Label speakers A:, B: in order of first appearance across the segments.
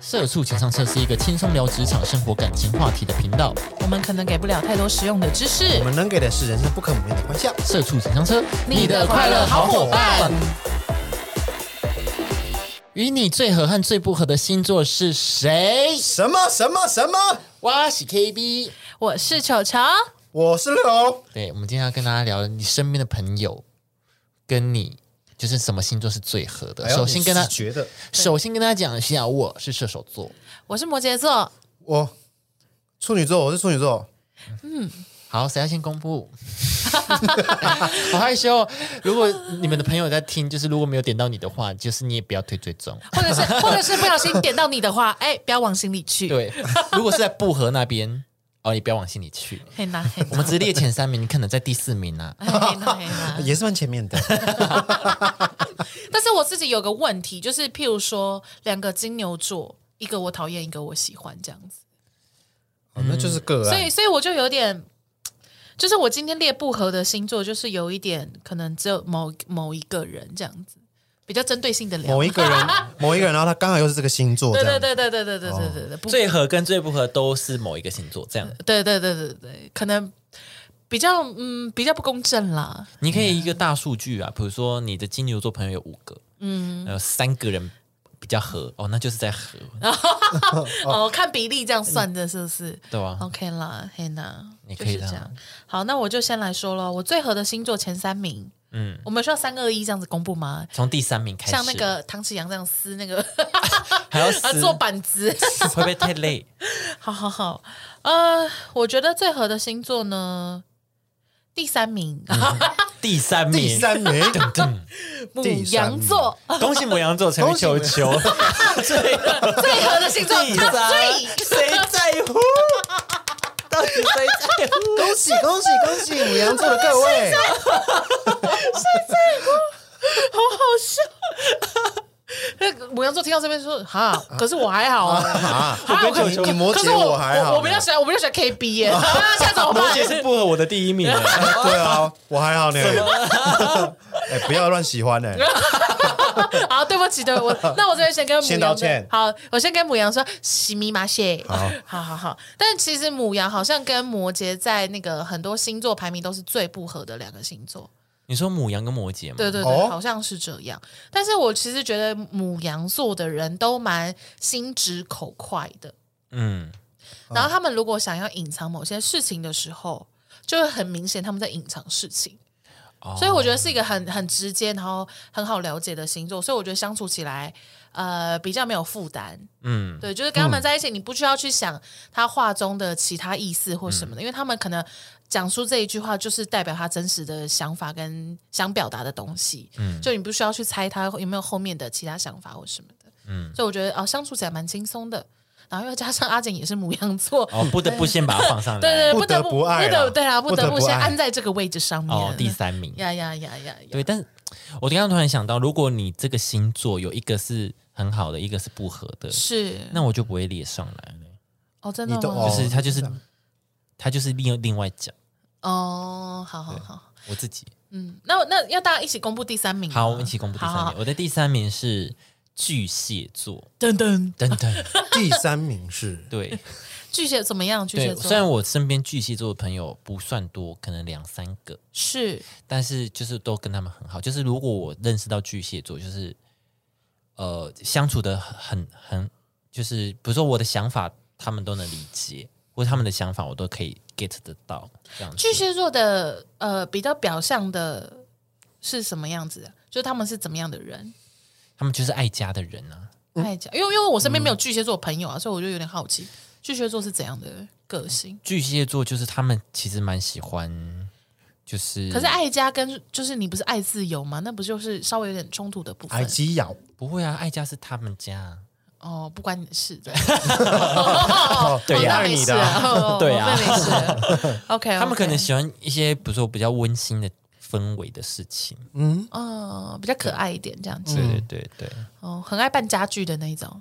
A: 社畜情商车是一个轻松聊职场、生活、感情话题的频道。
B: 我们可能给不了太多实用的知识。
C: 我们能给的是人生不可磨灭的啊方向。
A: 社畜情商车，
B: 你的快乐好伙伴。
A: 与你最合和最不合的星座是谁？
C: 什么什么什么？
A: 哇，是 KB。
B: 我是球球，
C: 我是六楼，
A: 对，我们今天要跟大家聊你身边的朋友跟你就是什么星座是最合的。
C: 哎呦
A: 首先跟他
C: 你，觉得
A: 首先跟大家讲一下，我是射手座。
B: 我是摩羯座，
C: 我处女座，我是处女座，
A: 好，谁要先公布？ 好害羞哦。如果你们的朋友在听，就是如果没有点到你的话，就是你也不要推追踪。
B: 或者是或者是不小心点到你的话，哎，不要往心里去。，
A: 对， 如果是在不合那边，哦，也不要往心里去。
B: 很难很
A: 我
B: 难
A: 们只是列前三名，你可能在第四名啊。
B: 很难很难。
C: 也是蛮前面的。
A: 嗯
B: 但是我自己有个问题，就是譬如说两个金牛座，一个我讨厌，一个我喜欢，这样子。
C: 哦那就是个
B: 所
C: 案
B: 以，。所以我就有点，就是我今天列不合的星座，就是有一点可能只有某某一个人这样子，比较针对性的聊。
C: 某一个 人，某一个人，然后他刚好又是这个星座，
B: 对
C: 这
B: 对
C: 样
B: 对对对对对对对对，不
A: 最合跟最不合都是某一个星座，这样
B: 对对对对对，可能比较嗯比较不公正啦。
A: 你可以一个大数据啊，比如说你的金牛座朋友有五个，嗯，有三个人比较合，哦，那就是在合，
B: 哦，看比例这样算的，是不是？
A: 对吧、
B: OK 啦，黑娜，
A: 你
B: 就
A: 可以
B: 是
A: 啦
B: 这样。好，那我就先来说咯，我最合的星座前三名，嗯，我们需要三二一这样子公布吗？
A: 从第三名开始，
B: 像那个唐启阳这样撕那个，
A: 还 要
B: 啊
A: 撕
B: 做板子，
A: 会不会太累？
B: 好好好，呃，我觉得最合的星座呢，第三名，
A: 嗯第三名，
C: 第三名，
B: 母
C: 第三
B: 羊座，
A: 恭喜母羊座成为球球，最合
B: 最合的星座
A: 第
B: Top
A: 三
B: Three，，
A: 谁在乎？到底谁在乎？
C: 恭喜恭喜恭喜母羊座的 各位！
B: 那个母羊座听到这边说哈，可是我还好啊。
C: 啊，
B: 啊
C: 我跟你你摩
B: 可是
C: 羯
B: 我
C: 还好呢，
B: 我我比较喜欢我比较喜欢 KB 耶， 啊，现在怎么
A: 摩
B: 办？
A: 羯 是不合我的第 一名的，
C: 对啊，我还好呢。 哎，不要乱喜欢呢。
B: 好，啊对不起，对 我，那我这边先跟母羊
C: 先道歉
B: 好，我先跟母羊说，洗咪麻谢。
C: 好，
B: 好好好。但其实母羊好像跟摩羯在那个很多星座排名都是最不合的两个星座。
A: 你说母羊跟摩羯吗？
B: 对对对，
C: 哦
B: 好像是这样。但是我其实觉得母羊座的人都蛮心直口快的，
A: 嗯，
B: 然后他们如果想要隐藏某些事情的时候，就会很明显他们在隐藏事情。
A: 哦
B: 所以我觉得是一个很很直接，然后很好了解的星座，所以我觉得相处起来，呃，比较没有负担。
A: 嗯，
B: 对，就是跟他们在一起，你不需要去想他话中的其他意思或什么的，因为他们可能讲出这一句话，就是代表他真实的想法跟想表达的东西。嗯，就你不需要去猜他有没有后面的其他想法或什么的。嗯，所以我觉得哦，相处起来蛮轻松的。然后又加上阿简也是母羊座，
A: 哦，不得不先把它放上来，
B: 对对，对
C: 不
B: 得
C: 得
B: 不
C: 不爱
B: 不得
C: 啦
B: 对啊，不
C: 不
B: 得
C: 得
B: 不
C: 不
B: 先
C: 爱
B: 安在这个位置上面。
A: 哦，第三名，
B: 呀呀呀呀呀！
A: 对，但是我刚刚突然想到，如果你这个星座有一个是很好的，一个是不合的，
B: 是
A: 那我就不会列上来了，
B: 哦，真的
C: 你都
B: 吗
C: 哦？
A: 就是他就是他就是另另外讲
B: 哦，好好好，
A: 我自己。
B: 嗯，那那要大家一起公布第三名吗。
A: 好，我们一起公布第
B: 好
A: 三
B: 嗯好
A: 名。我的第三名是巨蟹 座，
B: 等等，
A: 等等，
C: 第三名是
A: 对
B: 巨蟹怎么样？ 巨蟹
A: 对。
B: 座
A: 虽然我身边巨蟹座的朋友不算多，可能两三个，
B: 是
A: 但是就是都跟他们很好。就是如果我认识到巨蟹座，就是呃相处的很很，就是比如说我的想法，他们都能理解，或者他们的想法我都可以 get 得到。这样子
B: 巨蟹座的呃比较表象的是什么样子、啊？就是他们是怎么样的人？
A: 他们就是爱家的人啊，
B: 爱讲，因为因为我身
A: 嗯
B: 边没有巨蟹座朋友啊，所以我就有点好奇，巨蟹座是怎样的个性？
A: 巨蟹座就是他们其实蛮喜欢，就是
B: 可是爱家跟就是你不是爱自由吗？那不就是稍微有点冲突的部
C: 埃
B: 分？
C: 及咬，
A: 不会啊，爱家是他们家啊。
B: 哦，不关你的事的，
A: 哦对
B: 呀，
A: 呀
B: 那没事
C: 爱你的
B: 啊
C: 啊
B: 哦，
A: 对啊
B: 那没事 啊。OK，
A: 他们可能喜欢一些，比如说比较温馨的氛围的事情。
C: 嗯，
B: 嗯比较可爱一点这样子
A: 对，对对对，
B: 哦，很爱办家具的那一种。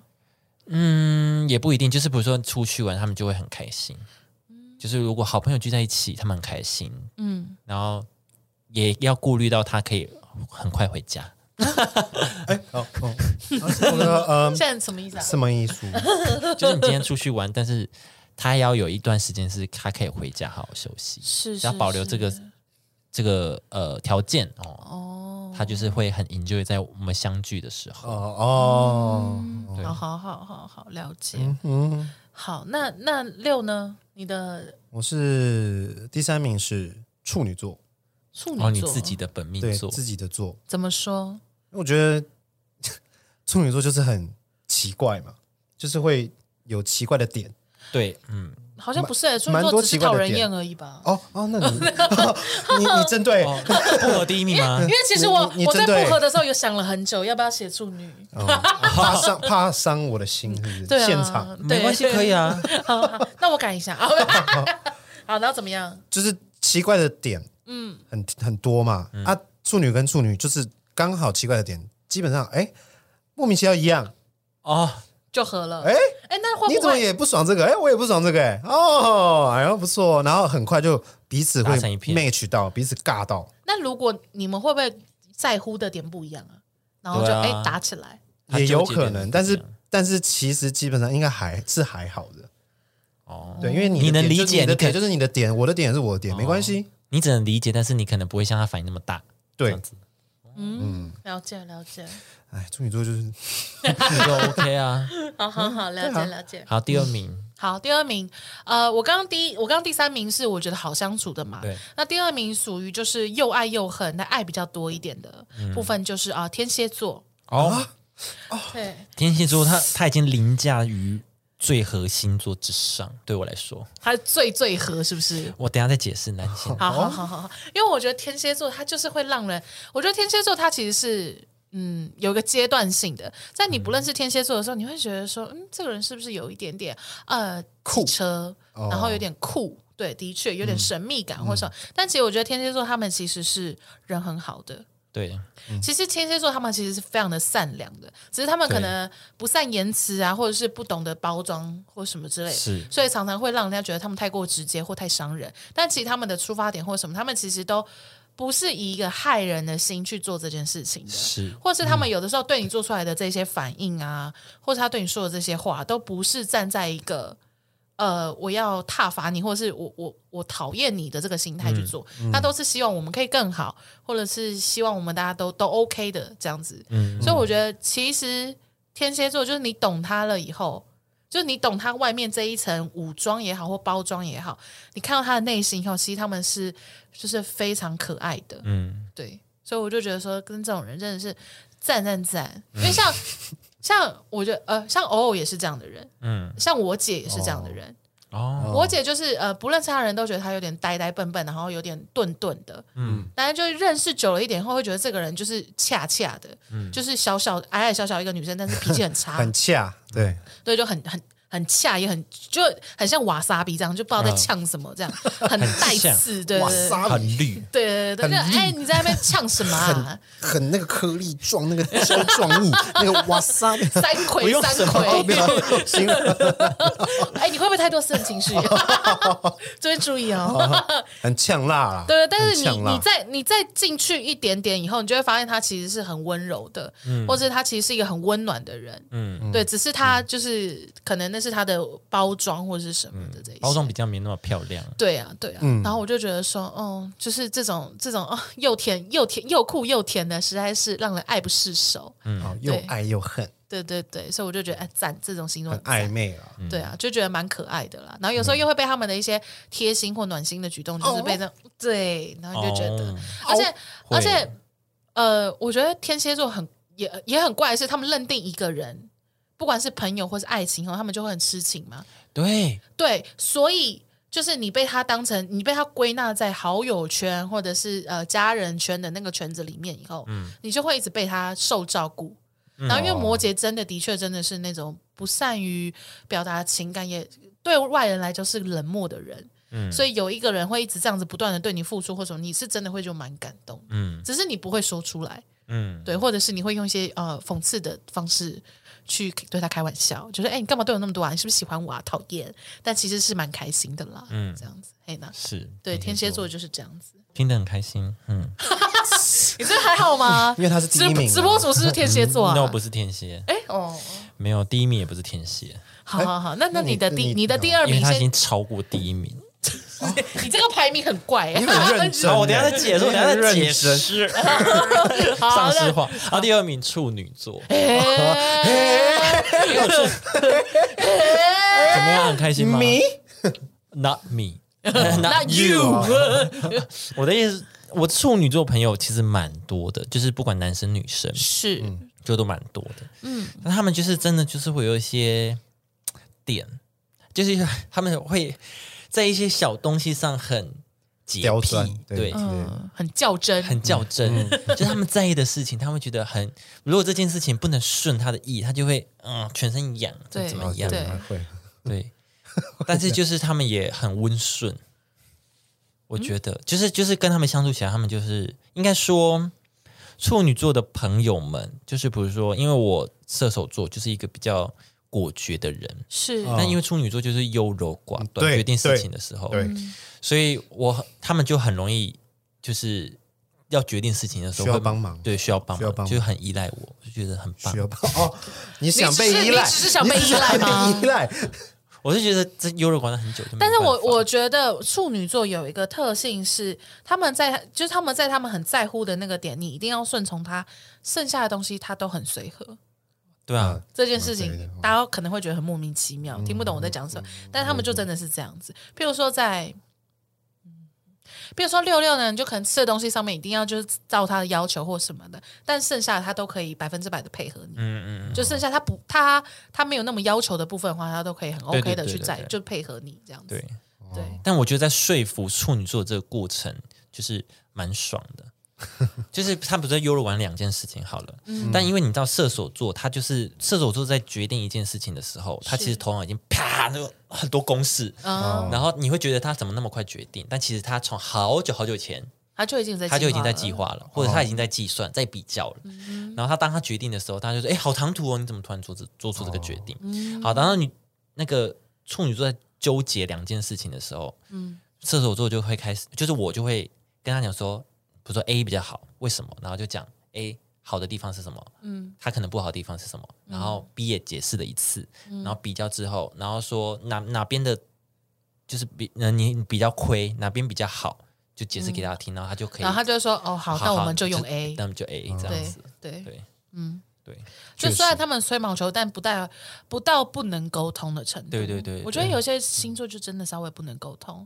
A: 嗯，也不一定，就是比如说出去玩，他们就会很开心。就是如果好朋友聚在一起，他们很开心，
B: 嗯，
A: 然后也要顾虑到他可以很快回家。
C: 哎，哦 哦，啊是我的嗯，
B: 现在什么意思啊？
C: 什么艺术？
A: 就是你今天出去玩，但是他要有一段时间是他可以回家好好休息，
B: 是
A: 只要保留这个这个呃条件哦，
B: 哦，
A: 他就是会很 enjoy 在我们相聚的时候。
C: 哦哦，
A: 对
B: 好好好好好了解。
C: 嗯，
B: 好，那那六呢？你的
C: 我是第三名是处女座，
B: 处
A: 哦，
B: 女
A: 你
B: 座
A: 自己的本命
C: 对
A: 座，
C: 自己的座，
B: 怎么说？
C: 我觉得 处女座就是很奇怪嘛，就是会有奇怪的点。
A: 对，嗯，
B: 好像不是、欸，处女
C: 蛮
B: 座
C: 多
B: 只
C: 奇
B: 是
C: 怪的
B: 讨人
C: 点
B: 厌而已吧。
C: 哦哦，那你 你你针对
A: 哦，不我第一名吗
B: 因？为其实我
C: 你你
B: 我在
C: 针对
B: 复合的时候有想了很久，要不要写处女？
C: 哦怕伤怕伤我的心，是不是？
B: 对啊，
C: 现场
B: 对
A: 没关系，可以。 啊。
B: 好好， 那我改一下啊。好，然后怎么样？
C: 就是奇怪的点，嗯，很很多嘛。
A: 嗯
C: 啊，处女跟处女就是刚好奇怪的点，基本上哎莫名其妙一样。
A: 哦，
B: 就合了。
C: 哎，
B: 哎，那会
C: 你
B: 不
C: 怎么
B: 会？
C: 也不爽这个？哎，我也不爽这个。哎，哦，哎呦不错，然后很快就彼此会
A: 打成一片
C: match 到，彼此尬到。
B: 那如果你们会不会在乎的点不一样啊？然后就
A: 对
B: 哎、
A: 啊
B: 打起来，
A: 他
C: 也有
A: 纠结
C: 可
A: 点
C: 能，
A: 是
C: 但
A: 这
C: 是
A: 样
C: 但是其实基本上应该还是还好的，
A: 哦，
C: 对，因为你
A: 你
C: 的
A: 能
C: 点
A: 理
C: 就是
A: 解
C: 你的
A: 你可
C: 点就是你的点，我的点也是我的点，没关系，
A: 你只能理解，但是你可能不会像他反应那么大。这
C: 对
A: 样，子
B: 嗯，了解了解，
C: 哎，处女座就是
A: 就 OK 啊。
B: 好好好，了解
C: 对啊
B: 了解。
A: 好，第二名，
B: 嗯好，第二名，呃，我刚刚第一，我刚刚第三名是我觉得好相处的嘛，
A: 对，
B: 那第二名属于就是又爱又恨，但爱比较多一点的
C: 嗯
B: 部分就是啊、天蝎座，
A: 哦，
B: 对，
A: 天蝎座他他已经凌驾于最核星座之上，对我来说，
B: 他最最合是不是？
A: 我等一下再解释男性。
B: 好好好好，好因为我觉得天蝎座它就是会让人，我觉得天蝎座它其实是。嗯，有一个阶段性的，在你不认识天蝎座的时候，你会觉得说，嗯，这个人是不是有一点点呃
C: 酷
B: 机车，然后有点酷，对，的确有点神秘感或者什么。但其实我觉得天蝎座他们其实是人很好的，
A: 对，
B: 其实天蝎座他们其实是非常的善良的，只是他们可能不善言辞啊，或者是不懂得包装或什么之类的，
A: 是
B: 所以常常会让人家觉得他们太过直接或太伤人。但其实他们的出发点或什么，他们其实都不是以一个害人的心去做这件事情的。
A: 是
B: 或是他
A: 嗯
B: 们有的时候对你做出来的这些反应啊，或是他对你说的这些话，都不是站在一个呃我要挞伐你，或是我我我讨厌你的这个心态去做，
A: 嗯
B: 他都是希望我们可以更好，或者是希望我们大家都都 OK 的这样子。
A: 嗯
B: 所以我觉得其实天蝎座就是你懂他了以后。就是你懂他外面这一层武装也好，或包装也好，你看到他的内心以后，其实他们是就是非常可爱的，
A: 嗯，
B: 对，所以我就觉得说，跟这种人真的是赞赞赞，因为像、 像我觉得呃，像偶偶也是这样的人，
A: 嗯，
B: 像我姐也是这样的人。
A: 哦，
B: 我姐就是呃，不认识她的人都觉得她有点呆呆笨笨，然后有点钝钝的，嗯
A: 嗯，
B: 但是就是认识久了一点后，会觉得这个人就是恰恰的，
A: 嗯
B: 就是小小矮矮小小一个女生，但是脾气很
A: 啊
B: 差，
C: 很恰，对，
B: 对，就很很。很恰，也很就很像瓦萨比这样，就不知道在
A: 嗯
B: 呛什么，这样、很带
A: 呛
B: 刺，对对
C: 哇
B: 对
C: 塞，
A: 很绿，
B: 对对对，就
C: 很
B: 哎、你在那边呛什么、啊？
C: 很那个颗粒状， 那个胶状物，那个哇 塞，
B: 三
A: 我
B: 葵，
A: 用
B: 三
A: 什么
B: 葵，
C: 哦没有行，
B: 哎、你会不会太多私人 情绪？这边注意哦。
C: 很呛辣啦，
B: 对，但是
C: 很
B: 你
C: 呛辣
B: 你再你再进去一点点以后，你就会发现他其实是很温柔的，或者他其实是一个很温暖的人。
A: 嗯，
B: 对，只是他就是、可能那是他的包装或者是什么的这一些。
A: 嗯包装比较没那么漂亮。
B: 对啊，对啊，然后我就觉得说，哦，就是这种这种哦，又甜又甜又酷又甜的，实在是让人爱不释手。
A: 嗯
C: 哦又
B: 对
C: 爱又恨，
B: 对对对，所以我就觉得，哎，赞，这种星座
C: 很
B: 很赞
C: 暧昧啦。
A: 嗯
B: 对啊，就觉得蛮可爱的啦。然后有时候又会被他们的一些贴心或暖心的举动，就是被这样、对，然后你就觉得，
A: 哦
B: 而且、
A: 会
B: 而且呃，我觉得天蝎座很也也很怪的是，他们认定一个人，不管是朋友或是爱情哦，他们就会很痴情嘛。
A: 对，
B: 对，所以就是你被他当成，你被他归纳在好友圈或者是呃家人圈的那个圈子里面以后，你就会一直被他受照顾。然后因为摩羯真的的确真的是那种不善于表达情感，也对外人来就是冷漠的人。所以有一个人会一直这样子不断的对你付出或什么，你是真的会就蛮感动，
A: 嗯
B: 只是你不会说出来，
A: 嗯，
B: 对，或者是你会用一些呃讽刺的方式去对他开玩笑，就是哎、你干嘛对我那么多啊？你是不是喜欢我啊？讨厌，但其实是蛮开心的啦，嗯，这样子，嘿那
A: 是
B: 对天蝎座就是这样子，
A: 听得很开心。嗯，
B: 你这还好吗？
C: 因为他是第一名啊
B: 直直播主是不是天蝎 座啊？
A: 那我不是天蝎，
B: 哎哦，
A: 没有第一名也不是天蝎，
B: 好好好，那那
C: 那你
B: 你的
C: 你哦
B: 第你的第二
A: 因为
B: 名
A: 他已
B: 先，
A: 经超过第一名。
B: 你这个排名很怪哎
C: 你。很认 真欸，
A: 哦好，我等一下再解释，我等一下再
C: 你很
A: 解
C: 认真。
A: 释。
B: 啊好
A: 丧
B: 那
A: 尸话，然后第二名处女座，
B: 哎
A: 因为我处怎么样？很开心吗
C: 迷
A: ？Not me，
B: 那 you
A: 我的意思，我处女座朋友其实蛮多的，就是不管男生女生，
B: 是
C: 嗯
A: 就都蛮多的。嗯，那他们就是真的就是会有一些嘖点，就是他们会在一些小东西上很洁
C: 刁
A: 癖
C: 钻，，嗯
A: 对，
B: 嗯，很较真，
A: 很较真， 就是他们在意的事情，他们觉得很，如果这件事情不能顺他的意，他就会嗯全身痒，
B: 对
A: 怎么
C: 哦
A: 样？
B: 对
C: 会
A: 对，但是就是他们也很温顺，我觉得、
C: 嗯
A: 就是就是跟他们相处起来，他们就是应该说处女座的朋友们，就是比如说，因为我射手座就是一个比较果决的人，
B: 是
C: 哦
A: 但因为处女座就是优柔寡断，
C: 嗯对
A: 决定事情的时候，
C: 对，
B: 嗯
A: 所以我很他们就很容易就是要决定事情的时候
C: 需要
A: 会
C: 帮忙
A: 对，需要帮
C: 需要
A: 忙，
C: 帮忙
A: 就很依赖我，就觉得很棒
C: 需。要帮哦，你想被
B: 你只是
C: 依赖，
B: 你只是想被依赖吗
C: 你只是想被依赖，
A: 我是觉得这优柔寡断很久就没办
B: 但
A: 法，
B: 是我我觉得处女座有一个特性是，他们在就是他们在他们很在乎的那个点，你一定要顺从他，剩下的东西他都很随和。
A: 对啊，
B: 这件事情
C: 嗯对的，
B: 大家可能会觉得很莫名其妙，听不懂我在讲什么，但他们就真的是这样子。譬如说在，嗯譬如说六六呢，你就可能吃的东西上面一定要就是照他的要求或什么的，但剩下的他都可以百分之百的配合你。
A: 嗯嗯嗯。
B: 就剩下他不他他没有那么要求的部分的话，他都可以很
A: 对
B: OK 的
A: 对
B: 去
A: 对
B: 在
A: 对
B: 就配合你这样子。
A: 对，
B: 对，
A: 但我觉得在说服处女座这个过程，就是蛮爽 的。就是他不是优柔寡断两件事情好了，
B: 嗯
A: 但因为你到射手座，他就是射手座在决定一件事情的时候，他
B: 是
A: 其实头脑已经啪就很多公式，
B: 嗯，
A: 然后你会觉得他怎么那么快决定？但其实他从好久好久前
B: 他就已经在
A: 他就已经在计
B: 划哦
A: 划
B: 嗯
A: 了，或者他已经在计算、在比较了。然后他当他决定的时候，大家就说：“哎，好唐突哦，你怎么突然做这做出这个决定？”
B: 哦
A: 好，然后你那个处女座在纠结两件事情的时候，
B: 嗯
A: 射手座就会开始，就是我就会跟他讲说，比如说 A 比较好，为什么？然后就讲 A 好的地方是什么，嗯，他可能不好的地方是什么，
B: 嗯
A: 然后 B 也解释了一次，然后比较之后，然后说哪哪边的，就是比呃你你比较亏，哪边比较好，就解释给他听，然后他就可
B: 了，
A: 以，
B: 嗯然后他就会说哦好，那我们就用 A，
A: 那我们就 A 这样
B: 对
A: 子，
B: 对。
A: 对，嗯，对。
B: 就
C: 确
B: 虽然
C: 实
B: 他们吹毛求疵，但不到不到不能沟通的程度。
A: 对对对
B: 我觉得
A: 对
B: 有些星座就真的稍微不能沟通，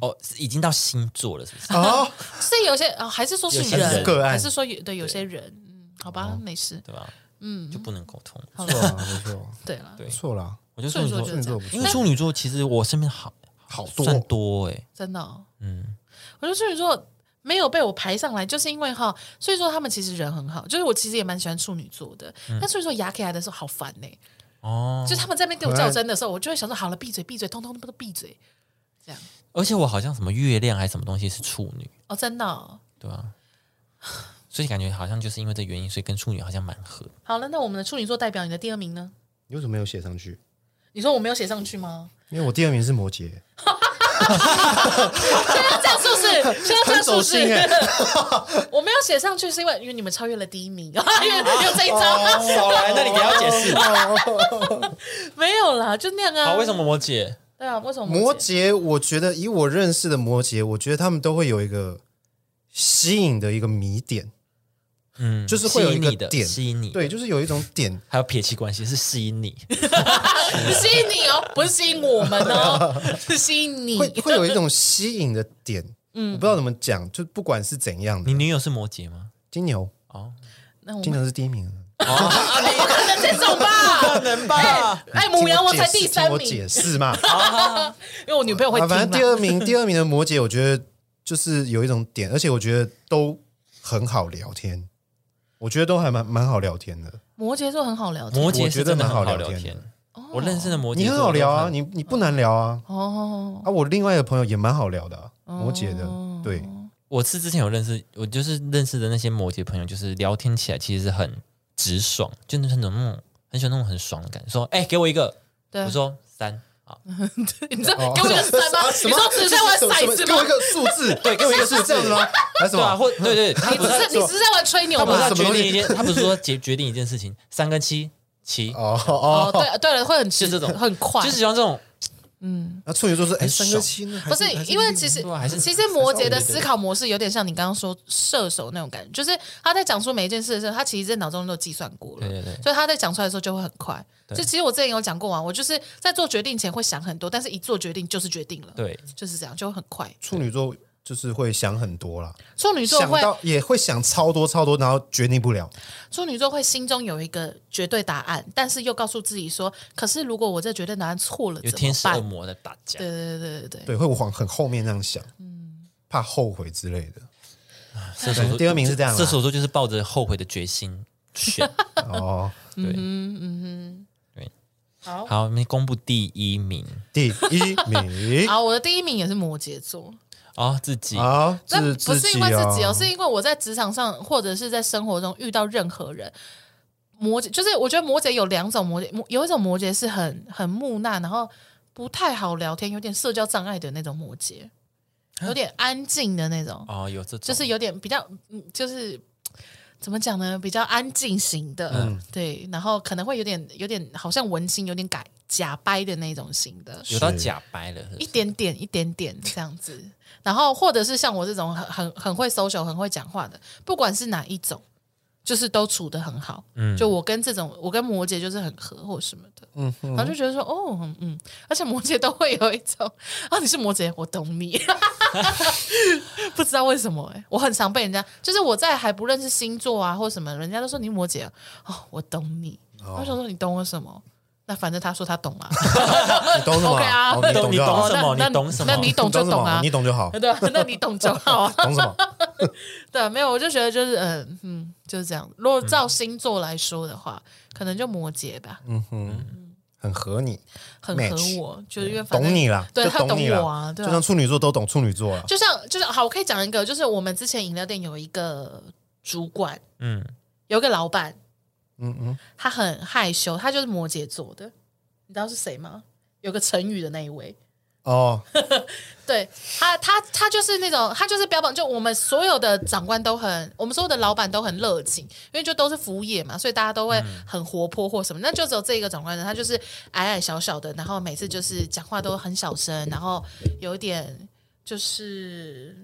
A: 哦，是已经到星座了，是不是？
C: 哦，
B: 是有些啊、还是说是
A: 有些人
B: 人，
C: 个案
B: 还是说有对有些人，嗯，好
A: 哦
B: 吧，没事，
A: 对吧？嗯，就不能沟通。
B: 好
C: 不错
B: 了，
C: 啊，不错，
B: 对了，
A: 对
C: 不错啦，
A: 我觉得
B: 处
A: 处
B: 女
A: 女
B: 座就
A: 座，
B: 是这
C: 座
B: 样
C: 不，错
A: 因为处女座其实我身边好好
C: 多
A: 算多哎，
B: 真的、哦，
A: 嗯，
B: 我觉得处女座没有被我排上来，就是因为哈，所以说他们其实人很好，就是我其实也蛮喜欢处女座的，
A: 嗯
B: 但处女座压起来的时候好烦欸呢、
A: 哦，
B: 就是他们在那边跟我较真的时候，我就会想说好了，闭嘴，闭嘴，通通都闭嘴，这样
A: 而且我好像什么月亮还是什么东西是处女，
B: 哦，真的、哦。
A: 对吧、 所以感觉好像就是因为这原因，所以跟处女好像蛮合。
B: 好了，那我们的处女座代表你的第二名呢？
C: 你为什么没有写上去？
B: 你说我没有写上去 吗？
C: 因为我第二名是摩羯，
B: 那这样是不是？现在这样是不
C: 很走心
B: 是？ 我没有写上去，是因为因为你们超越了第一名，因 为有这一招，
A: 好来，那你给他解释。
C: 哦
B: 没有啦，就那样啊。
A: 好，为什？么摩羯？
B: 对啊，为什么
C: 摩
B: 摩？
C: 羯，我觉得以我认识的摩羯，我觉得他们都会有一个吸引的一个迷点，
A: 嗯，
C: 就是会有一
A: 吸
C: 个
A: 引你的
C: 点
A: 吸引你，，
C: 对，就是有一种点，
A: 还有撇弃关系是吸引你，
B: 吸引你哦，不是吸引我们哦，是吸引你
C: 会。会有一种吸引的点，嗯，我不知道怎么讲，就不管是怎样 的，
A: 你女友是摩羯吗？
C: 金牛，
A: 哦，
B: 那我
C: 金
B: 们
C: 牛是第一名啊，
B: 不可能这种吧？
A: 能吧？
B: 哎，母羊我才第三
C: 听我
B: 名，
C: 解 释嘛，
B: 因为我女朋友会
C: 啊，
B: 听
C: 反正第
B: 嘛。
C: 二名，第二名的摩羯，我觉得就是有一种点，而且我觉得都很好聊天，我觉得都还蛮蛮好聊天的。
B: 摩羯座很好聊 天
A: 摩羯是真的很好聊
C: 我觉得蛮好聊天
A: 天。我认识的摩羯，
C: 你很好聊啊，。你你不难聊啊。
B: 哦，
C: 啊，我另外一个朋友也蛮好聊的啊、摩羯的，对，
A: 我是之前有认识，我就是认识的那些摩羯朋友，就是聊天起来其实是很直爽，就是那种那种很喜欢那种很爽的感觉。说，哎、给我一个，
B: 对啊
A: 我，说三，
B: 你这
C: 哦
B: 给我一个什么？
C: 什
B: 你
C: 么
B: 说只是在玩骰子
C: 给我一
B: 吗？
C: 个数 字，对，给我一个数字这样子吗？还是什
A: 对啊，
C: 么？
A: 或对对，他
B: 你
A: 不
B: 只
A: 是
B: 是你只是在玩吹牛
A: 他不是
B: 吧
A: 要
C: 什？么
A: 决
C: 东西
A: 定一件，他不是说决决定一件事情，三跟七七，
C: 哦
B: 哦，
C: 哦，
B: 对对了，会很
A: 就这种
B: 很快，
A: 就是喜欢这种
C: 那处女座是哎
A: 很
C: 三个七呢？还
B: 啊不是
C: 还
B: 因为
C: 六
B: 其实
A: 对啊还是
B: 其实摩羯的思考模式有点像你刚刚说射手那种感觉，就是他在讲述每一件事的时候，他其实在脑中都计算过了，
A: 对对对
B: 所以他在讲出来的时候就会很快。就其实我之前有讲过嘛，啊我就是在做决定前会想很多，但是一做决定就是决定了，，
A: 对
B: 就是这样，就会很快。
C: 处女座就是会想很多啦，
B: 处女座
C: 想
B: 会，
C: 到也会想超多超多，然后决定不了。
B: 处女座会心中有一个绝对答案，但是又告诉自己说，可是如果我这绝对答案错了
A: 有
B: 怎
A: 天
B: 么
A: 使恶
B: 办？
A: 魔在打架
B: 对。对对对对对，
C: 对，会往很后面那样想，
B: 嗯
C: 怕后悔之类的。
A: 射手座
C: 第二名是这样啊啦
A: 射手座就是抱着后悔的决心 选。
C: 哦，
B: 嗯
A: 对，
B: 好。
A: 好，我们公布第一名
C: 第一 名
B: 好，我的第一名也是摩羯座，
A: 哦，自己
C: 啊，
B: 但
C: 自
B: 不是因为
C: 自
B: 自
C: 己
B: 己
C: 哦
B: 哦，是因为我在职场上或者是在生活中遇到任何人，摩羯就是我觉得摩羯有两种摩羯，摩有一种摩羯是很很木讷，然后不太好聊天，有点社交障碍的那种摩羯，
A: 啊
B: 有点安静的那种，
A: 哦，有这种
B: 就是有点比较，嗯，就是怎么讲呢，比较安静型的，
A: 嗯
B: 对，然后可能会有点有点好像文青，有点改假掰的那种型的，
A: 有到
C: 是
A: 假掰了，是不
B: 一
A: 是
B: 点点一点点这样子。然后或者是像我这种很很很会 social、很会讲话的，不管是哪一种，就是都处得很好。嗯，就我跟这种，我跟摩羯就是很合或什么的。嗯，然后就觉得说，哦，嗯嗯，而且摩羯都会有一种， 啊，你是摩羯，我懂你。 不知道为什么、欸，我很常被人家，就是我在还不认识星座啊或什么，人家都说你摩羯啊，哦，我懂你。
A: 哦
B: 我想说你懂我什么？那反正他说他懂啊。
C: 你懂什么
B: OK 啊
C: 哦你懂就好
A: 懂什么
B: 那
A: 你懂什么
B: 那你懂就
C: 什
B: 懂啊
C: 么？你，懂 就好，
B: 对啊，那你懂就好啊。
C: 懂什么？
B: 对，啊没有，我就觉得就是嗯嗯，就是这样。如果
C: 嗯
B: 照星座来说的话，可能就摩羯吧，
C: 很合你，
B: 很
C: Match
B: 合我，就是因为嗯反正
C: 懂你啦，
B: 对
C: 就
B: 他
C: 懂你
B: 我啊，
C: 啦，
B: 对
C: 就
B: 啊
C: 像。处女座都懂处女座啦。
B: 就像就是好，我可以讲一个，就是我们之前饮料店有一个主管，
A: 嗯，
B: 有一个老板，
C: 嗯嗯，
B: 他很害羞，他就是摩羯座的，你知道是谁吗？有个成语的那一位，
C: 哦，
B: 对他，他他就是那种，他就是标榜，就我们所有的长官都很，我们所有的老板都很热情，因为就都是服务业嘛，所以大家都会很活泼或什么。那就只有这一个长官呢，他就是矮矮小小的，然后每次就是讲话都很小声，然后有一点就是，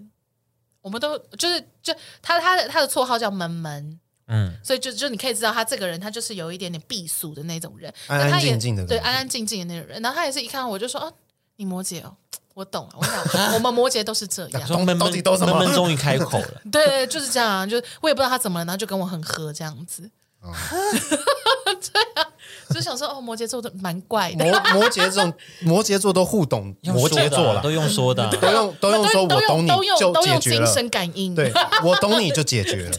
B: 我们都就是就他他的他的绰号叫闷闷。
A: 嗯，
B: 所以就就你可以知道他这个人，他就是有一点点避俗的那种人，
C: 安
B: 那他
C: 安
B: 也
C: 静静的
B: 对，
C: 感觉
B: 安安静静的那种人。然后他也是一看到我就说啊，你摩羯哦，我懂了，我 想我们摩羯都是这样，
A: 说，
C: 懂
A: 闷
C: 到
A: 闷
C: 底懂什么
A: 闷闷终于开口了
B: 对对，就是这样啊，就我也不知道他怎么了，然后就跟我很合这样子，
C: 哦
B: 对啊，就想说哦，摩羯座的蛮怪
C: 摩
B: 的。
C: 摩羯这种摩羯座都互懂
A: 用
C: 摩
A: 说的啊
C: 羯座啦
A: 都，用说 的啊，
C: 都用都用说我懂你
B: 都用
C: 就
B: 都
C: 解
B: 用
C: 决
B: 精
C: 了，
B: 神感应，
C: 对我懂你就解决了。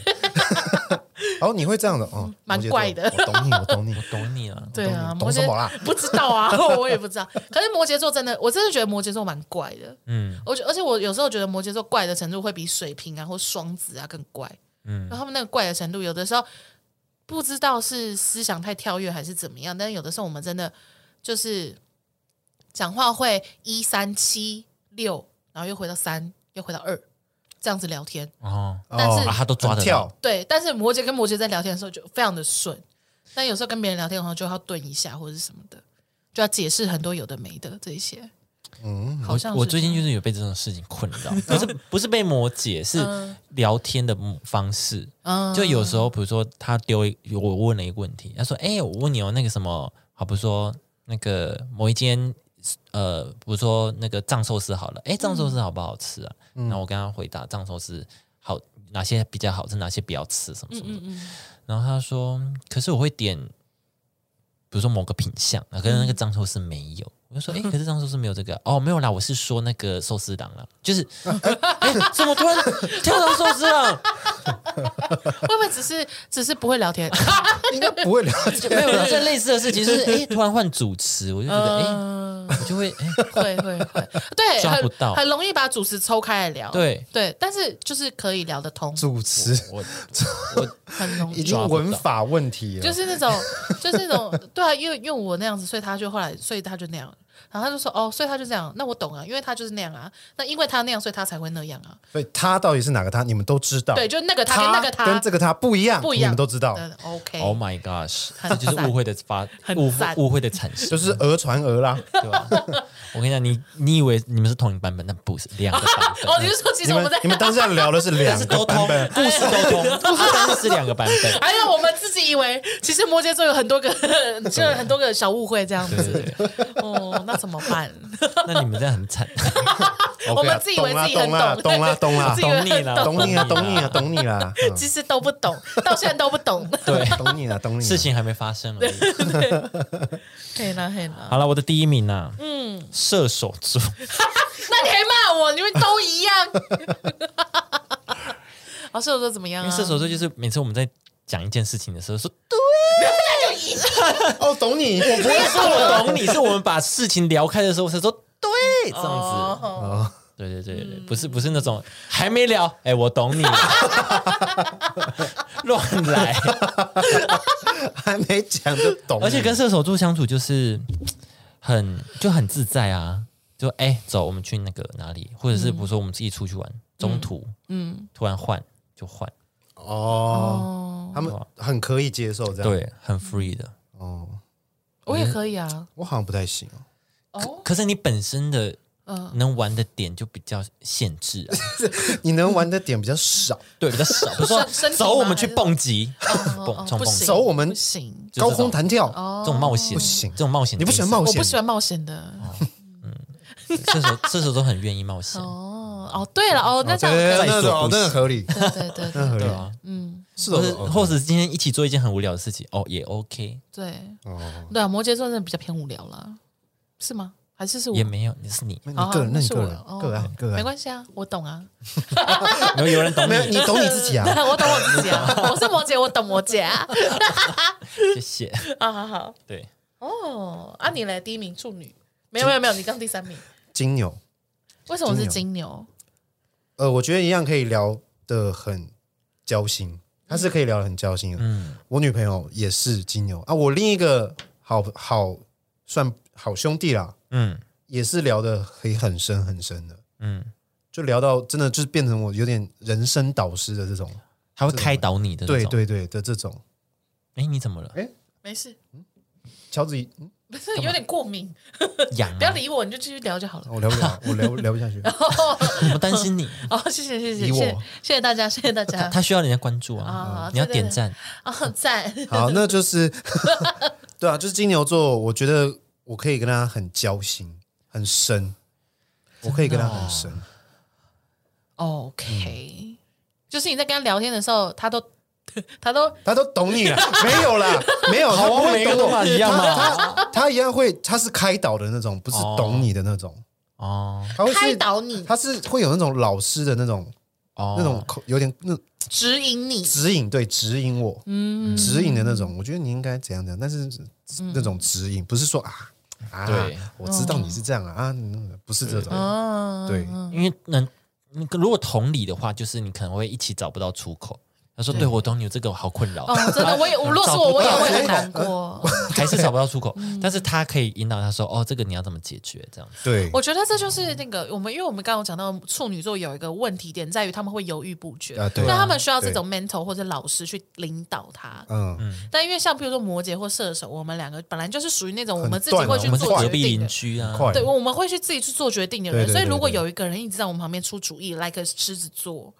C: 哦，你会这样的哦，
B: 嗯蛮
C: 摩羯座
B: 怪的
C: 我懂你，我懂你。
A: 懂你了，
B: 对啊，
C: 懂
B: 摩
C: 懂什么
B: 羯
C: 啦
B: 不知道啊， 我也不知道。可是摩羯座真的，我真的觉得摩羯座蛮怪的。
A: 嗯，
B: 我觉而且我有时候觉得摩羯座怪的程度会比水瓶啊或双子啊更怪。嗯，然后他们那个怪的程度，有的时候不知道是思想太跳跃还是怎么样，但是有的时候我们真的就是讲话会一三七六，然后又回到三，又回到二，这样子聊天。
A: 哦，
B: 但是
C: 哦
A: 啊他都抓得到
C: 很跳，
B: 对，但是摩羯跟摩羯在聊天的时候就非常的顺，但有时候跟别人聊天的话就要顿一下或者是什么的，就要解释很多有的没的这一些。嗯，好像是
A: 我最近就是有被这种事情困 扰，不是不是被摩羯，是聊天的方式。
B: 嗯
A: 就有时候，比如说他丢一，我问了一个问题，他说：“哎、我问你哦，那个什么，好，比如说那个某一间，呃，比如说那个藏寿司好了，哎、藏寿司好不好吃啊？”然后我跟他回答藏寿司好，哪些比较好吃，哪些不要吃，什么什么的。然后他说：“可是我会点，比如说某个品相，啊，可是那个藏寿司没有。我就说：“哎、可是藏寿司没有这个哦，没有啦，我是说那个寿司郎啦，就是哎、怎么突然跳到寿司郎？
B: 会不会只是只是不会聊天？
C: 应该不会聊天。
A: 没有没有这类似的事情，就是哎、突然换主持，我就觉得哎、
B: 嗯，
A: 我就会哎、
B: 会会 会，对，
A: 抓不到
B: 很很容易把主持抽开来聊。
A: 对
B: 对，但是就是可以聊得通，
C: 主持
A: 我
B: 很容
C: 已
B: 易。
C: 经文法问题 了，
B: 就是那种，就是那种，对啊，因为因为我那样子，所以他就后来，所以他就那样。然后他就说哦，所以他就这样，那我懂啊，因为他就是那样啊，那因为他那样，所以他才会那样啊。
C: 所以他到底是哪个他，你们都知道。
B: 对，就那个他跟那个他
C: 跟这个他不一样，
B: 不一样
C: 你们都知道，
B: 嗯 OK，、
A: Oh my gosh，
B: 很
A: 这就是
B: 赞
A: 误会的发
B: 很
A: 误
B: 赞
A: 误会的产生，
C: 就是讹传讹 啦。
A: 对吧？我跟你讲，你你以为你们是同一个版本，但不是两个版
B: 哦，
A: 本，
B: 你是说其
C: 你
B: 实我
C: 们
B: 们在
C: 你们当下聊的是 两
A: 但 是
C: 个
A: 都
C: 版
A: 通，
C: 本，
A: 故事都通，故事但是是两个版本。
B: 还有我们自己以为，其实摩羯座有很多 个，就有很多个小误会这样
A: 对对
B: 子。
A: 对，
B: 哦，那怎么办？
A: 那你们这样很惨，
B: 我
C: OK 啦
B: 们自己以为自己很
C: 懂啦，懂 啦，懂啦，
B: 自己以
A: 懂
B: 为
A: 你了，
C: 懂你啦，懂你啦，懂你 啦，嗯
B: 其实都不 懂，到现在都不懂。
A: 对，
C: 懂你啦，懂你啦。
A: 事情还没发生而已。
B: 嘿啦嘿啦，
A: 好了，我的第一名呐，嗯，射手座，
B: 那你还骂我，你们都一样。 哦，射手座怎么样
A: 因
B: 啊？
A: 为射手座就是每次我们在讲一件事情的时候说，
C: 哦，懂你，我不会
A: 是哦我懂你，是我们把事情聊开的时候才说对这样子。
B: 哦
C: 哦
A: 对对对
B: 嗯
A: 对，不是不是那种还没聊，哎、我懂你， 乱来。
C: 还没讲就懂你，
A: 而且跟射手座相处就是很就很自在啊，就哎、走，我们去那个哪里，或者是比如说我们自己出去玩，中途嗯突然换就换，
C: 哦，
B: 哦，
C: 他们很可以接受这样。
A: 对，很 free 的。
C: 哦，
B: 我也可以啊。
C: 我好像不太行哦。
B: 哦，
A: 可是你本身的
B: 嗯，
A: 能玩的点就比较限制、啊，
C: 你能玩的点比较少，
A: 对，比较少。 比如说
B: 身身体吗
A: 走，我们去
B: 还是
A: 蹦极，
B: 哦
A: 蹦
B: 哦
A: 冲
B: 不
A: 蹦极
B: 行，
C: 走我们
B: 不行。
A: 就这
C: 高
A: 种
C: 空弹跳，
B: 哦
A: 这种冒险
C: 不行
A: 这种冒险
C: 你
A: 精神，
C: 不喜欢冒
B: 我
C: 险
B: 不喜欢冒险的。
A: 射手 射手都很愿意冒险，
B: 哦哦，对了，哦，那这样
C: 对
B: 可以。
C: 那
A: 说
C: 种
A: 不行
C: 那很合理，
B: 对对对
C: 那
B: 对，
C: 很合
A: 对
C: 理。
A: 啊，
B: 嗯，
C: 是
A: 或
C: 的
A: 是，
C: 哦
A: 或者是今天一起做一件很无聊的事情，哦，也 OK，
B: 对
C: 哦，
B: 对啊，摩羯座真的比较偏无聊啦，是吗？还是是我
A: 也没有，你是 你，
C: 那
B: 好
C: 你
B: 好
C: 个人，那
B: 那
C: 你
B: 是
C: 个
B: 我
C: 人
B: 哦
C: 个案个
B: 没
C: 案，
B: 关系啊，我懂啊，
A: 没有有人懂
C: 没有
A: 你
C: 你，懂你自己啊。
B: 对我懂我自己 啊，我是摩羯，我懂摩羯啊。
A: 谢谢。
B: 好好好，
A: 对，
B: 哦，
A: 嗯
B: 啊，你嘞，第一名处女，没有没有没有，你刚第三名，
C: 金牛，
B: 为什么是金牛？
C: 呃，我觉得一样可以聊得很交心，他是可以聊得很交心的。
A: 嗯，
C: 我女朋友也是金牛啊，我另一个好好算好兄弟啦，
A: 嗯
C: 也是聊得可以很深很深的，
A: 嗯，
C: 就聊到真的就是变成我有点人生导师的这种，
A: 他会开导你的，
C: 对，对对的这种。
A: 哎，你怎么了？
B: 没事，
C: 乔治，嗯
B: 不是 有点过敏，
A: 痒啊
B: 不要
A: 吗？
B: 理我，你就继续聊就好了。
C: 我聊不了，我聊聊不下去。
A: 我担心你，
B: 哦，谢谢谢谢谢
C: 理我
B: 谢谢谢大家，谢谢大家
A: 他需要人家关注
B: 啊
A: 啊，你要点赞，
B: 哦，赞，
C: 好，那就是 对啊，就是金牛座，我觉得我可以跟他很交心，很深，我可以跟他很深。
A: 哦
B: OK，、就是嗯你在跟他聊天的时候，他都 他都
C: 他都 懂你了，没有啦，没有，他
A: 好
C: 不
A: 啊
C: 会
A: 每个
C: 懂
A: 都嘛
C: 我，
A: 一样嘛
C: 他他他一样会，他是开导的那种，不是懂你的那种，
A: 哦
C: 他会
B: 开
C: 是
B: 导你，
C: 他是会有那种老师的那种
A: 哦，
C: 那种口有点那
B: 指引你，
C: 指引，对，指引我，
B: 嗯，
C: 指引的那种，我觉得你应该怎样怎样，但是那种指引不是说啊啊，
A: 对，
C: 我知道你是这样啊啊，嗯不是这种，
B: 哦，
C: 对，
A: 因为能，你如果同理的话，就是你可能会一起找不到出口。他说：“对，我懂你，这个我好困扰，
B: 哦，真的，我也，我如果是
A: 找
B: 我，
A: 不
B: 我也
A: 到
B: 会
A: 出
B: 很
A: 口
B: 难过。
A: 还是找不到出口。但是他可以引导他说：‘哦，这个你要怎么解决？’这样子。
C: 对，
B: 我觉得这就是那个我们，因为我们刚刚有讲到处女座有一个问题点在于他们会犹豫不决，
C: 啊对
B: 那
C: 啊
B: 他们需要这种 mentor 或者老师去领导他。
C: 嗯，
B: 但因为像譬如说摩羯或射手，我们两个本来就是属于那种我们自己
C: 断
B: 会
C: 哦
B: 去
A: 我们是
B: 做
A: 隔
B: 决
A: 壁
B: 定
A: 邻
B: 的。
A: 居啊，
C: 快
B: 对，我们会去自己去做决定的人，
C: 对对对
B: 所以如果
C: 对
B: 有一个人一直在我们旁边出主意，来个狮子座
C: 哦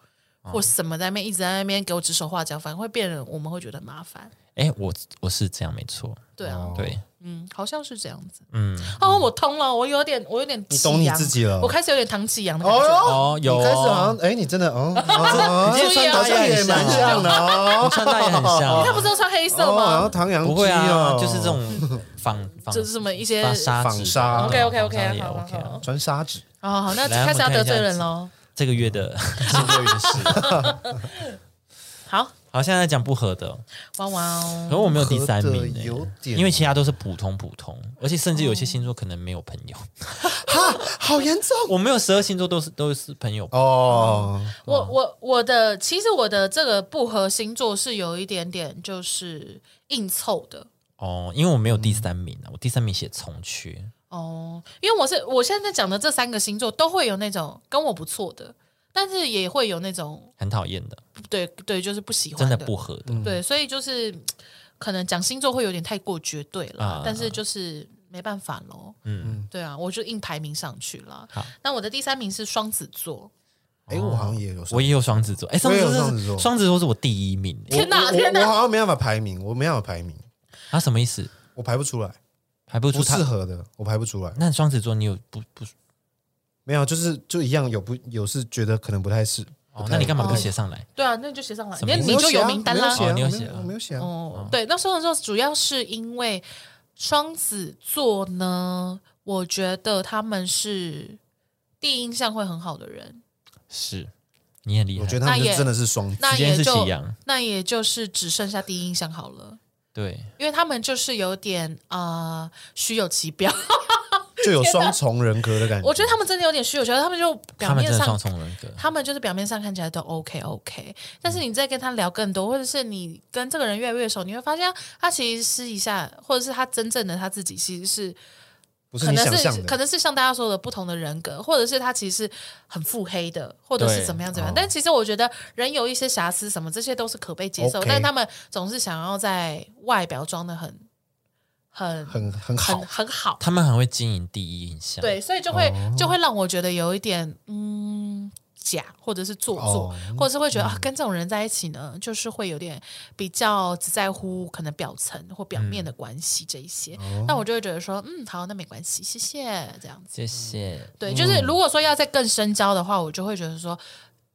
B: 或什么在那边一直在那边给我指手画脚，反而会变得我们会觉得麻烦。
A: 哎，我我是这样没错，
B: 对啊，
C: 哦
A: 对，
B: 嗯，好像是这样子。
A: 嗯，
B: 哦，我通了，我有点，我有点，
C: 你懂你自己了
B: 我开始有点唐启阳的感觉。
C: 哦
A: 哦，有
C: 你开始好
A: 哦
C: 像，哎，你真的 哦，哦
A: 你今天
C: 好
A: 穿搭
C: 像
A: 也
C: 也
A: 很像
C: 蛮像的
A: 哎你
C: 哦，
A: 穿搭也很像
B: 他，不是都穿黑色
C: 哦然
B: 吗
C: 后？唐扬
A: 不会啊，
C: 哦，
A: 就是这种仿仿
B: 就是什么一些
A: 发啊纱
C: 纺纱
B: OK，OK，OK，
A: OK
B: 好好
A: OK 啊
B: 好。
C: 穿砂 纸，
B: 哦，好，那
A: 来
B: 开
A: 我
B: 始
A: 们
B: 要
A: 看一
B: 得
A: 下
B: 罪人喽。
A: 这个月的 这个月的事，
B: 好，
A: 好，现在讲不合的，
B: 哇哇哦
A: 可是我没有第三
C: 合
A: 名
C: 的有
A: 欸，
C: 点
A: 因为其他都是普通普通，而且甚至有些星座可能没有朋友，
C: 哦哈，好严重
A: 我没有十二星座都是都是朋友，
C: 哦，
B: 我我我的其实我的这个不合星座是有一点点就是硬凑的
A: 哦，因为我没有第三名啊，我第三名写从缺，
B: 哦，因为我是我现在讲的这三个星座都会有那种跟我不错的，但是也会有那种
A: 很讨厌的，
B: 不对对，啊就是不喜欢
A: 真
B: 的
A: 的不嗯合的。
C: 嗯
B: 对，所以就是可能讲星座会有点太过绝对了，
A: 啊
B: 但是就是没办法喽。嗯，对啊，我就硬排名上去了
A: 好。
B: 那我的第三名是双子座，
C: 哎，我好像也有，
A: 我也有双子座，哎，双子
C: 我也有
A: 座
C: 双子
A: 是
C: 座
A: 双子座是我第一名，欸
B: 天哪
C: 我我
B: 天哪
C: 我好像没办法排名，我没办法排名，
A: 他啊什么意思？
C: 我排不出来，
A: 排不
C: 不
A: 出
C: 适
A: 他。
C: 合的，我排不出来。
A: 那双子座你有不不？
C: 没有，就是就一样有不有是觉得可能不太是。
A: 哦，那你干嘛不
B: 哦
A: 写上来？
B: 对啊，那你就写上来，
A: 什么
B: 那
A: 意思
B: 你就有名单啦
A: 写。啊
C: 我没有
A: 哦你有写啊
C: 我没有写啊。
B: 哦，对，那双子座主要是因为双子座呢，我觉得他们是第一印象会很好的人，
A: 是，你很厉害。
C: 我觉得他们
B: 那
C: 就
B: 也
C: 真的是双子，
B: 那
A: 时间
B: 也
A: 是
B: 就
A: 夕阳，
B: 那也就是只剩下第一印象好了。
A: 对，
B: 因为他们就是有点啊、呃虚有其表，
C: 就有双重人格的感觉。
B: 我觉得他们真的有点虚有其表，他们就
A: 他
B: 表
A: 们
B: 面
A: 真的
B: 上
A: 双重人格。
B: 他们就是表面上看起来都 OK OK，但
C: 嗯
B: 是你再跟他聊更多，或者是你跟这个人越来越熟，你会发现他其实私底下，或者是他真正的他自己，其实是
C: 不是
B: 可
C: 你
B: 能
C: 想
B: 是
C: 象的，
B: 可能是像大家说的不同的人格，或者是他其实是很腹黑的，或者是
A: 对
B: 怎么样
C: 哦
B: 怎么样。但其实我觉得人有一些瑕疵，什么这些都是可被接受
C: OK
B: 但他们总是想要在外表装的很很
C: 很很
B: 很
C: 好。
B: 很好。
A: 他们很会经营第一印象。，
B: 对，所以就会、
A: 哦
B: 就会让我觉得有一点嗯假，或者是做作，
C: 哦
B: 或者是会
A: 嗯
B: 觉得、啊，跟这种人在一起呢，就是会有点比较只在乎可能表层或表面的关系这一些。
A: 哦
B: 那我就会觉得说，嗯，好，那没关系，谢谢，这样子。
A: 谢谢。
B: 对，就是如果说要再更深交的话，我就会觉得说，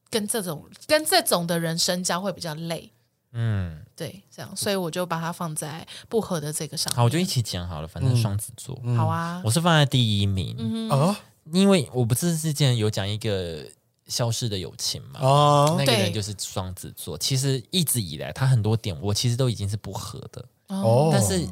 B: 跟这种跟这种的人深交会比较累。
A: 嗯，
B: 对，这样，所以我就把它放在不合的这个上面。
A: 好，我就一起讲好了。反正双子座，
B: 好啊
A: 嗯我，是放在第一名，
B: 嗯
C: 啊
A: 因为我不是之前有讲一个消逝的友情嘛。
C: 啊
A: 那个人
B: 对
A: 就是双子座，其实一直以来他很多点我其实都已经是不合的，
B: 嗯
C: 哦！
A: 但是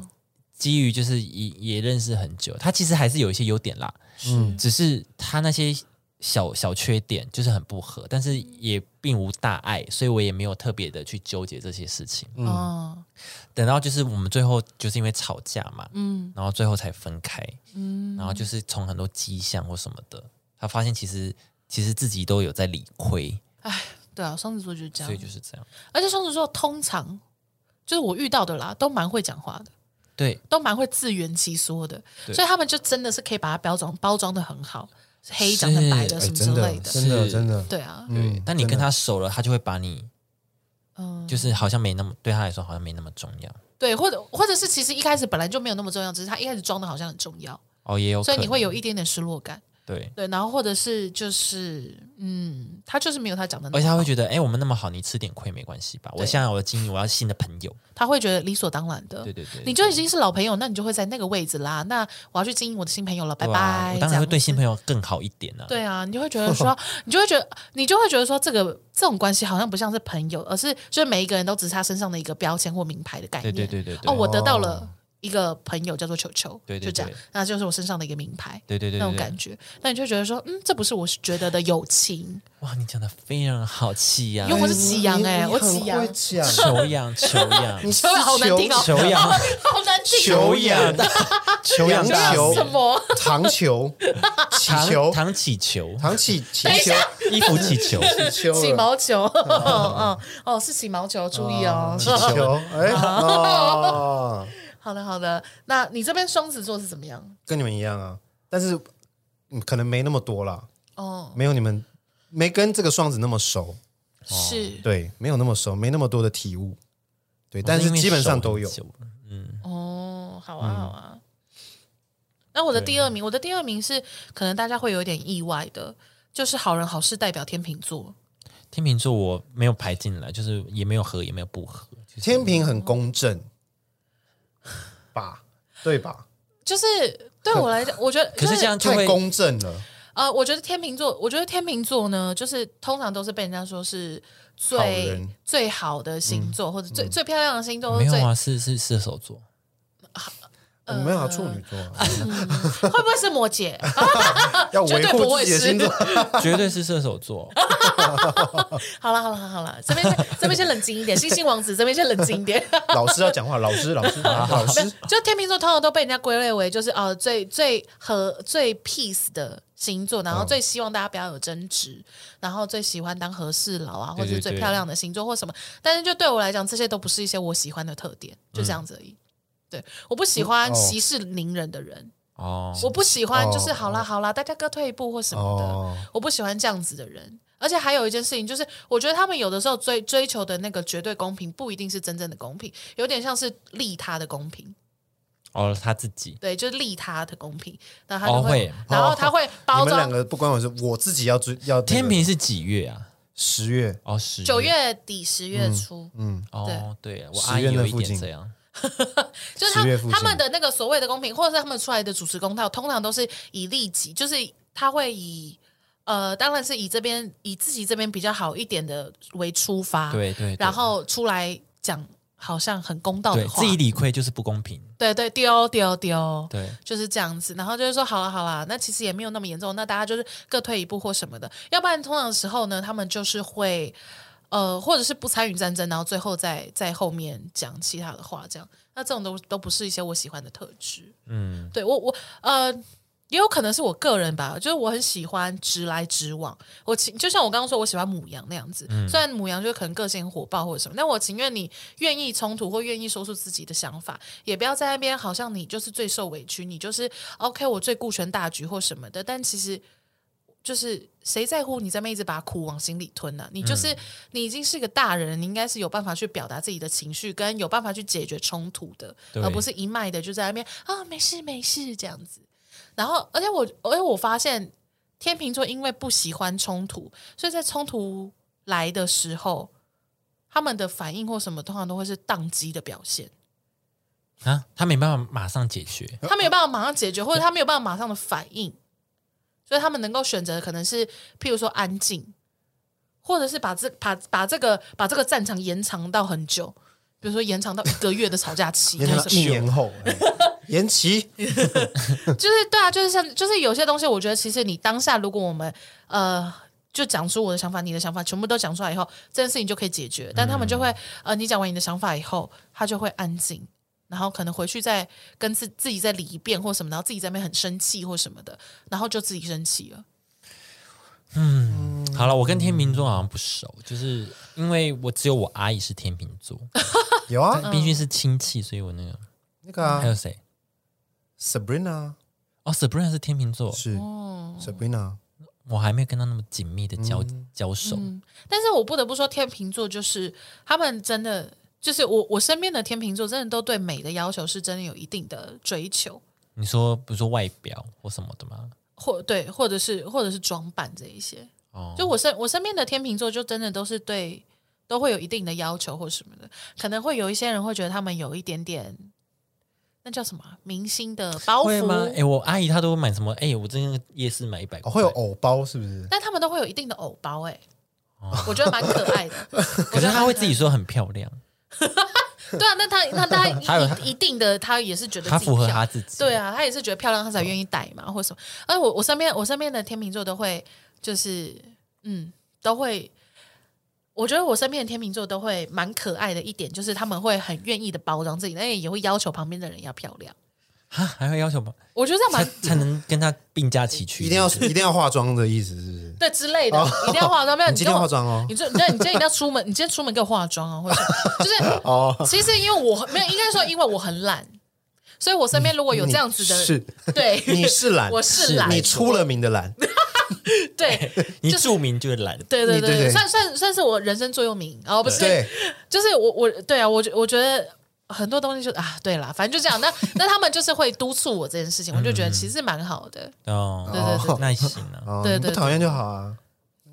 A: 基于就是也也认识很久，他其实还是有一些优点啦，
B: 嗯，
A: 只是他那些小小缺点就是很不合，但是也并无大碍，所以我也没有特别的去纠结这些事情。
C: 嗯
B: 哦，
A: 等到就是我们最后就是因为吵架嘛，
B: 嗯
A: 然后最后才分开，
B: 嗯，
A: 然后就是从很多迹象或什么的，他发现其实其实自己都有在理亏，
B: 对啊，双子座就是这样
A: 所以。就是这样。
B: 而且双子座通常就是我遇到的啦，都蛮会讲话的，
A: 对，
B: 都蛮会自圆其说的，
A: 对
B: 所以他们就真的是可以把它包装包装的很好，黑讲成白的
A: 哎
B: 什
C: 哎，
B: 么之
C: 真
B: 类
C: 的，
B: 的，
C: 真的，
A: 是
C: 真的，
B: 对啊，
C: 嗯
A: 对，但你跟
C: 真的
A: 他熟了，他就会把你，
B: 嗯，
A: 就是好像没那么对他来说好像没那么重要
B: 对，或者或者是其实一开始本来就没有那么重要，只是他一开始装的好像很重要，
A: 哦，也有可
B: 所
A: 能，
B: 以你会有一点点失落感，
A: 对，
B: 对，然后或者是就是嗯，他就是没有他讲的那
A: 而
B: 么
A: 且
B: 好，
A: 他会觉得，哎，我们那么好，你吃点亏没关系吧？我
B: 对
A: 现在我经营，我要新的朋友，
B: 他会觉得理所当然的，
A: 对对对，
B: 你就已经是老朋友，那你就会在那个位置啦。那我要去经营我的新朋友了，拜
A: 对
B: 拜。
A: 啊我当然
B: 这样
A: 会对
B: 子
A: 新朋友更好一点啊。
B: 对啊，你就会觉得 说，你就会觉得，你就会觉得说，这个这种关系好像不像是朋友，而是就是每一个人都只是他身上的一个标签或名牌的概
A: 对
B: 念。
A: 对对对对，
B: 哦，我得到了一个朋友叫做球球，
A: 对对
B: 就这样
A: 对，
B: 那就是我身上的一个名牌。
A: 对对对
B: 那种
A: 对
B: 感觉，那你就会觉得说，嗯，这不是我觉得的友 情，
A: 哇，你讲的非常好气呀
B: 因，为我是
C: 你
B: 吉羊
C: 你
B: 哎
C: 你
B: 我
C: 很
B: 吉羊
C: 会讲
A: 求养求养
C: 你
B: 球 好难听哦，
A: 球痒
B: 好难听哦，
C: 球痒球羊
A: 大
C: 球
B: 什么？
C: 糖球、起
A: 糖
C: 球、
A: 糖起球，
C: 糖起起球、
A: 衣服起球，
C: 起球了、嗯
B: 起毛 球， 哦哦，是起毛球，注意哦。
C: 起球，哎哦，
B: 好的好的，那你这边双子座是怎么样？
C: 跟你们一样啊，但是嗯可能没那么多啦，
B: 哦，
C: 没有你们没跟这个双子那么熟，
B: 是
C: 对，没有那么熟，没那么多的体悟，对， 但
A: 我哦
C: 是
A: 因为
C: 基本上
A: 熟
C: 都
A: 很
C: 有。
A: 久了嗯，
B: 哦，好啊，好啊。那我的第
A: 啊
B: 二名，我的第二名是可能大家会有点意外的，就是好人好事代表天秤座。
A: 天秤座我没有排进来，就是也没有合，也没有不合，就是
C: 天平很公正吧？对吧？
B: 就是对我 来讲，我觉得
A: 可是这样就
C: 太
A: 会
C: 公正了，
B: 呃，我觉得天秤座，我觉得天秤座呢，就是通常都是被人家说是
C: 好
B: 最
C: 人
B: 最好的星座，或者最、最漂亮的星座，或
A: 嗯没啊有
B: 者 最
A: 啊，是是射手座，
C: 我没有啊处女座啊，
B: 嗯会不会是摩羯？
C: 要
B: 绝
C: 维
B: 对不
C: 护
B: 会
C: 自己的
B: 是
C: 星座。
A: 绝对是射手座。
B: 好了好了好了，这边先这边先冷静一点，星星王子这边先冷静一点。
C: 老师要讲话，老师，老师，老
B: 没有
C: 师，
B: 就天秤座通常都被人家归类为就是哦最最和最 peace 的星座，然后最希望大家不要有争执，然后最喜欢当和事佬啊，或者
A: 对
B: 是
A: 对
B: 最
A: 对
B: 漂亮的星座或什么。但是就对我来讲，这些都不是一些我喜欢的特点，就这样子而已。对，我不喜欢
C: 嗯哦
B: 息事宁人的人，
A: 哦，
B: 我不喜欢就是
C: 哦
B: 好啦好啦，大家各退一步或什么的。
C: 哦，
B: 我不喜欢这样子的人。而且还有一件事情，就是我觉得他们有的时候追追求的那个绝对公平，不一定是真正的公平，有点像是利他的公平，
A: 哦，他自己
B: 对，就是利他的公平。然后他就
A: 哦
B: 会，
A: 会
B: 然后他会
C: 你
B: 包
C: 们两
B: 装。
C: 个不关我事，我自己要追要那个
A: 天平是几月啊？
C: 十月，
A: 哦，十
B: 九月底十月初，
C: 嗯，
A: 哦，对，我
C: 十
A: 阿姨
C: 月那
A: 有一
C: 附
A: 点
C: 近
A: 这样，
B: 就是他
C: 十月附近
B: 他们的那个所谓的公平，或者是他们出来的主持公道，通常都是以利己，就是他会以呃，当然是以这边以自己这边比较好一点的为出发，
A: 对对，对
B: 然后出来讲好像很公道
A: 对
B: 的话，
A: 自己理亏就是不公平，
B: 对对丢丢丢，
A: 对，
B: 就是这样子。然后就是说，好了好了，那其实也没有那么严重，那大家就是各退一步或什么的。要不然通常时候呢，他们就是会呃，或者是不参与战争，然后最后再在后面讲其他的话，这样。那这种都都不是一些我喜欢的特质。
A: 嗯，
B: 对我我呃。也有可能是我个人吧，就是我很喜欢直来直往。我情就像我刚刚说，我喜欢母羊那样子。虽然母羊就可能个性很火爆或者什么，但我情愿你愿意冲突或愿意说出自己的想法，也不要在那边好像你就是最受委屈，你就是 OK，我最顾全大局或什么的。但其实就是谁在乎你在那边一直把苦往心里吞呢、你就是、你已经是个大人，你应该是有办法去表达自己的情绪，跟有办法去解决冲突的，
A: 对
B: 而不是一脉的就在那边啊没事没事这样子。然后，而且我而且我发现天秤座因为不喜欢冲突，所以在冲突来的时候，他们的反应或什么通常都会是宕机的表现。
A: 啊，他没办法马上解决，
C: 呃
B: 他没有办法马上解决，或者他没有办法马上的反应，所以他们能够选择的可能是，譬如说安静，或者是把这把把这个把这个战场延长到很久，比如说延长到一个月的吵架期，
C: 延
B: 或者
C: 长到
B: 什么
C: 一年后，哎延期，
B: 就是对啊，就是像就是有些东西，我觉得其实你当下如果我们呃。就讲出我的想法，你的想法全部都讲出来以后，这件事情就可以解决。但他们就会，呃，你讲完你的想法以后，他就会安静，然后可能回去再跟自自己再理一遍或什么，然后自己在那边很生气或什么的，然后就自己生气了。
A: 好了，我跟天秤座好像不熟，就是因为我只有我阿姨是天秤座，
C: 有啊，
B: 嗯
A: 但毕竟是亲戚，所以我那个
C: 那个
A: 还
C: 啊
A: 有谁？
C: ，Sabrina
A: 哦，Sabrina 是天秤座，
C: 是
B: 哦，
C: Sabrina，
A: 我还没有跟他那么紧密的交交手，
B: 但是我不得不说，天秤座就是他们真的，就是我我身边的天秤座，真的都对美的要求是真的有一定的追求。
A: 你说不是说外表或什么的吗？
B: 或对，或者是或者是装扮这一些，
A: 哦，
B: 就我身我身边的天秤座，就真的都是对都会有一定的要求或什么的，可能会有一些人会觉得他们有一点点，那叫什么啊明星的包
A: 会吗？哎、
B: 袱，
A: 我阿姨她都会买什么？哎、我真的夜市买一百
C: 哦
A: 块，
C: 会有偶包是不是？
B: 但他们都会有一定的偶包、哎、我觉得蛮可 爱的。
A: 哦可是她会自己说很漂亮，
B: 对啊，那他那他一
A: 他有他
B: 一定的，他也是觉得
A: 她
B: 自己
A: 符合
B: 漂亮
A: 她自己。
B: 对啊，他也是觉得漂亮，他才愿意戴嘛，或者什么。而我我身边我身边的天秤座都会，就是嗯，都会。我觉得我身边的天秤座都会蛮可爱的一点，就是他们会很愿意的包装自己，但也会要求旁边的人要漂亮。
A: 啊，还会要 求吗？
B: 我觉得这样
A: 才
B: 蛮
A: 才能跟她并驾齐驱，
C: 一定要
A: 是不是
C: 一定要化妆的意思是不是？
B: 对之类的，一定要化妆。没有，
C: 哦你今天
B: 跟我
C: 化妆哦
B: 你就对，你今天一定要出门，你今天出门给我化妆啊，或者就 是
C: 哦，
B: 其实因为我没有，应该说因为我很懒，所以我身边如果 有这样子
C: 嗯你
B: 的，
C: 是
B: 对，
C: 你是懒，
B: 我是懒
C: 你出了名的懒，
B: 对，
A: 你
B: 就是
A: 著名就是懒，
B: 对对
C: 你对
B: 对，
C: 对
B: 算算算是我人生座右铭哦，不是，
C: 对，
B: 就是我我对啊，我觉我觉得很多东西就啊，对啦，反正就这样。那那他们就是会督促我这件事情，我就觉
A: 嗯
B: 得其实蛮好的。
A: 哦，
B: 对对对
A: 那行啊，
C: 哦，
B: 对
C: 你不
B: 对
C: 讨厌就好啊。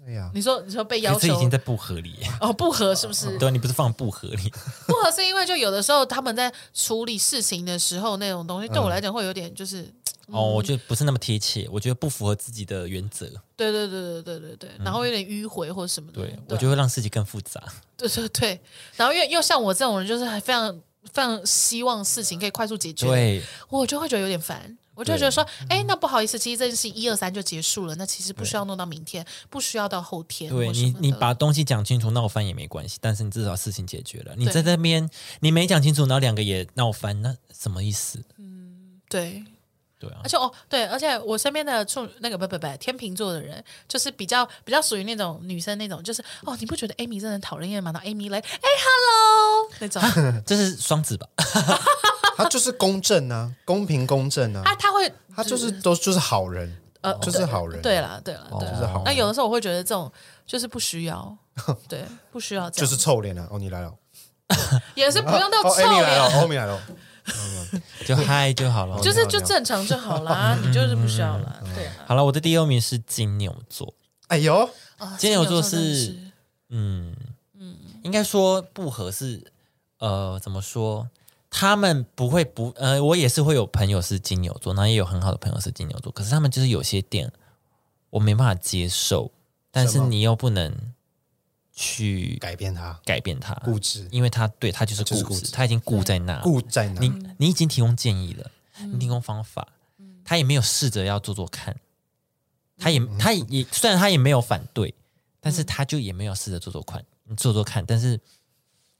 C: 哎呀，
B: 你说你说被要
A: 可是这已
B: 求
A: 经在不合理，
B: 哦不合是不 是？
A: 对啊，你不是放不合理，
B: 不合是因为就有的时候他们在处理事情的时候那种东西，
A: 嗯
B: 对我来讲会有点就是。
A: 哦，我觉得不是那么贴切，我觉得不符合自己的原则，
B: 对对对对对对对，然后有点迂回或什么
A: 嗯
B: 的，
A: 对
B: 啊
A: 我觉得会让事情更复杂。
B: 对对对，然后又又像我这种人，就是还非常非常希望事情可以快速解决，
A: 对，
B: 我就会觉得有点烦。我就会觉得说，哎、
C: 嗯
B: 那不好意思，其实这件事情一二三就结束了，那其实不需要弄到明天，不需要到后天或
A: 对
B: 什么
A: 你
B: 的。，
A: 你把东西讲清楚，闹翻也没关系，但是你至少事情解决了。你
B: 对
A: 在那边你没讲清楚，然后两个也闹翻，那什么意思？
B: 对
A: 对啊
B: 而，且哦，对，而且我身边的处那个不不不天秤座的人，就是比较比较属于那种女生那种，就是哦，你不觉得 Amy 真的很讨人厌吗？然后 Amy 来，哎，hello 那种，啊
A: 这是双子 吧？
C: 他就是公正啊，公平公正啊，
B: 他他会
C: 他就是都就是好人，
B: 呃
C: 就是好人，哦
B: 对，啦对啦对
C: 就是
B: 啦
C: 好。
B: 那有的时候我会觉得这种就是不需 要，对，不需要这
C: 就
B: 样，
C: 是臭脸啊。哦，你来了，
B: 也是不用到
C: 哦
B: 臭
C: ，Amy 来
B: 脸，
C: 了，Amy 来了，
A: 就嗨就好了。
B: 就是就
C: 你好嗯
B: 正常就好啦，你就是不需要啦，对啊。
A: 好了，我的第六名是金牛座，
C: 哎呦，
B: 啊
A: 金牛座
B: 真的
A: 是嗯应该说不合是呃怎么说？他们不会不呃，我也是会有朋友是金牛座，那也有很好的朋友是金牛座，可是他们就是有些点我没办法接受，但是
C: 什么
A: 你又不能去
C: 改变他，
A: 改变他，
C: 固执，
A: 因为他对他就是
C: 就是
A: 固
C: 固
A: 执，
C: 执嗯
A: 他已经固在那。
C: 固在哪
A: 你？
B: 嗯
A: 你已经提供建议了，你提供方法，他也没有试着要做做
B: 嗯
A: 看，他也他也虽然他也没有反对，但
B: 嗯
A: 是他就也没有试着做做看，做做看，但是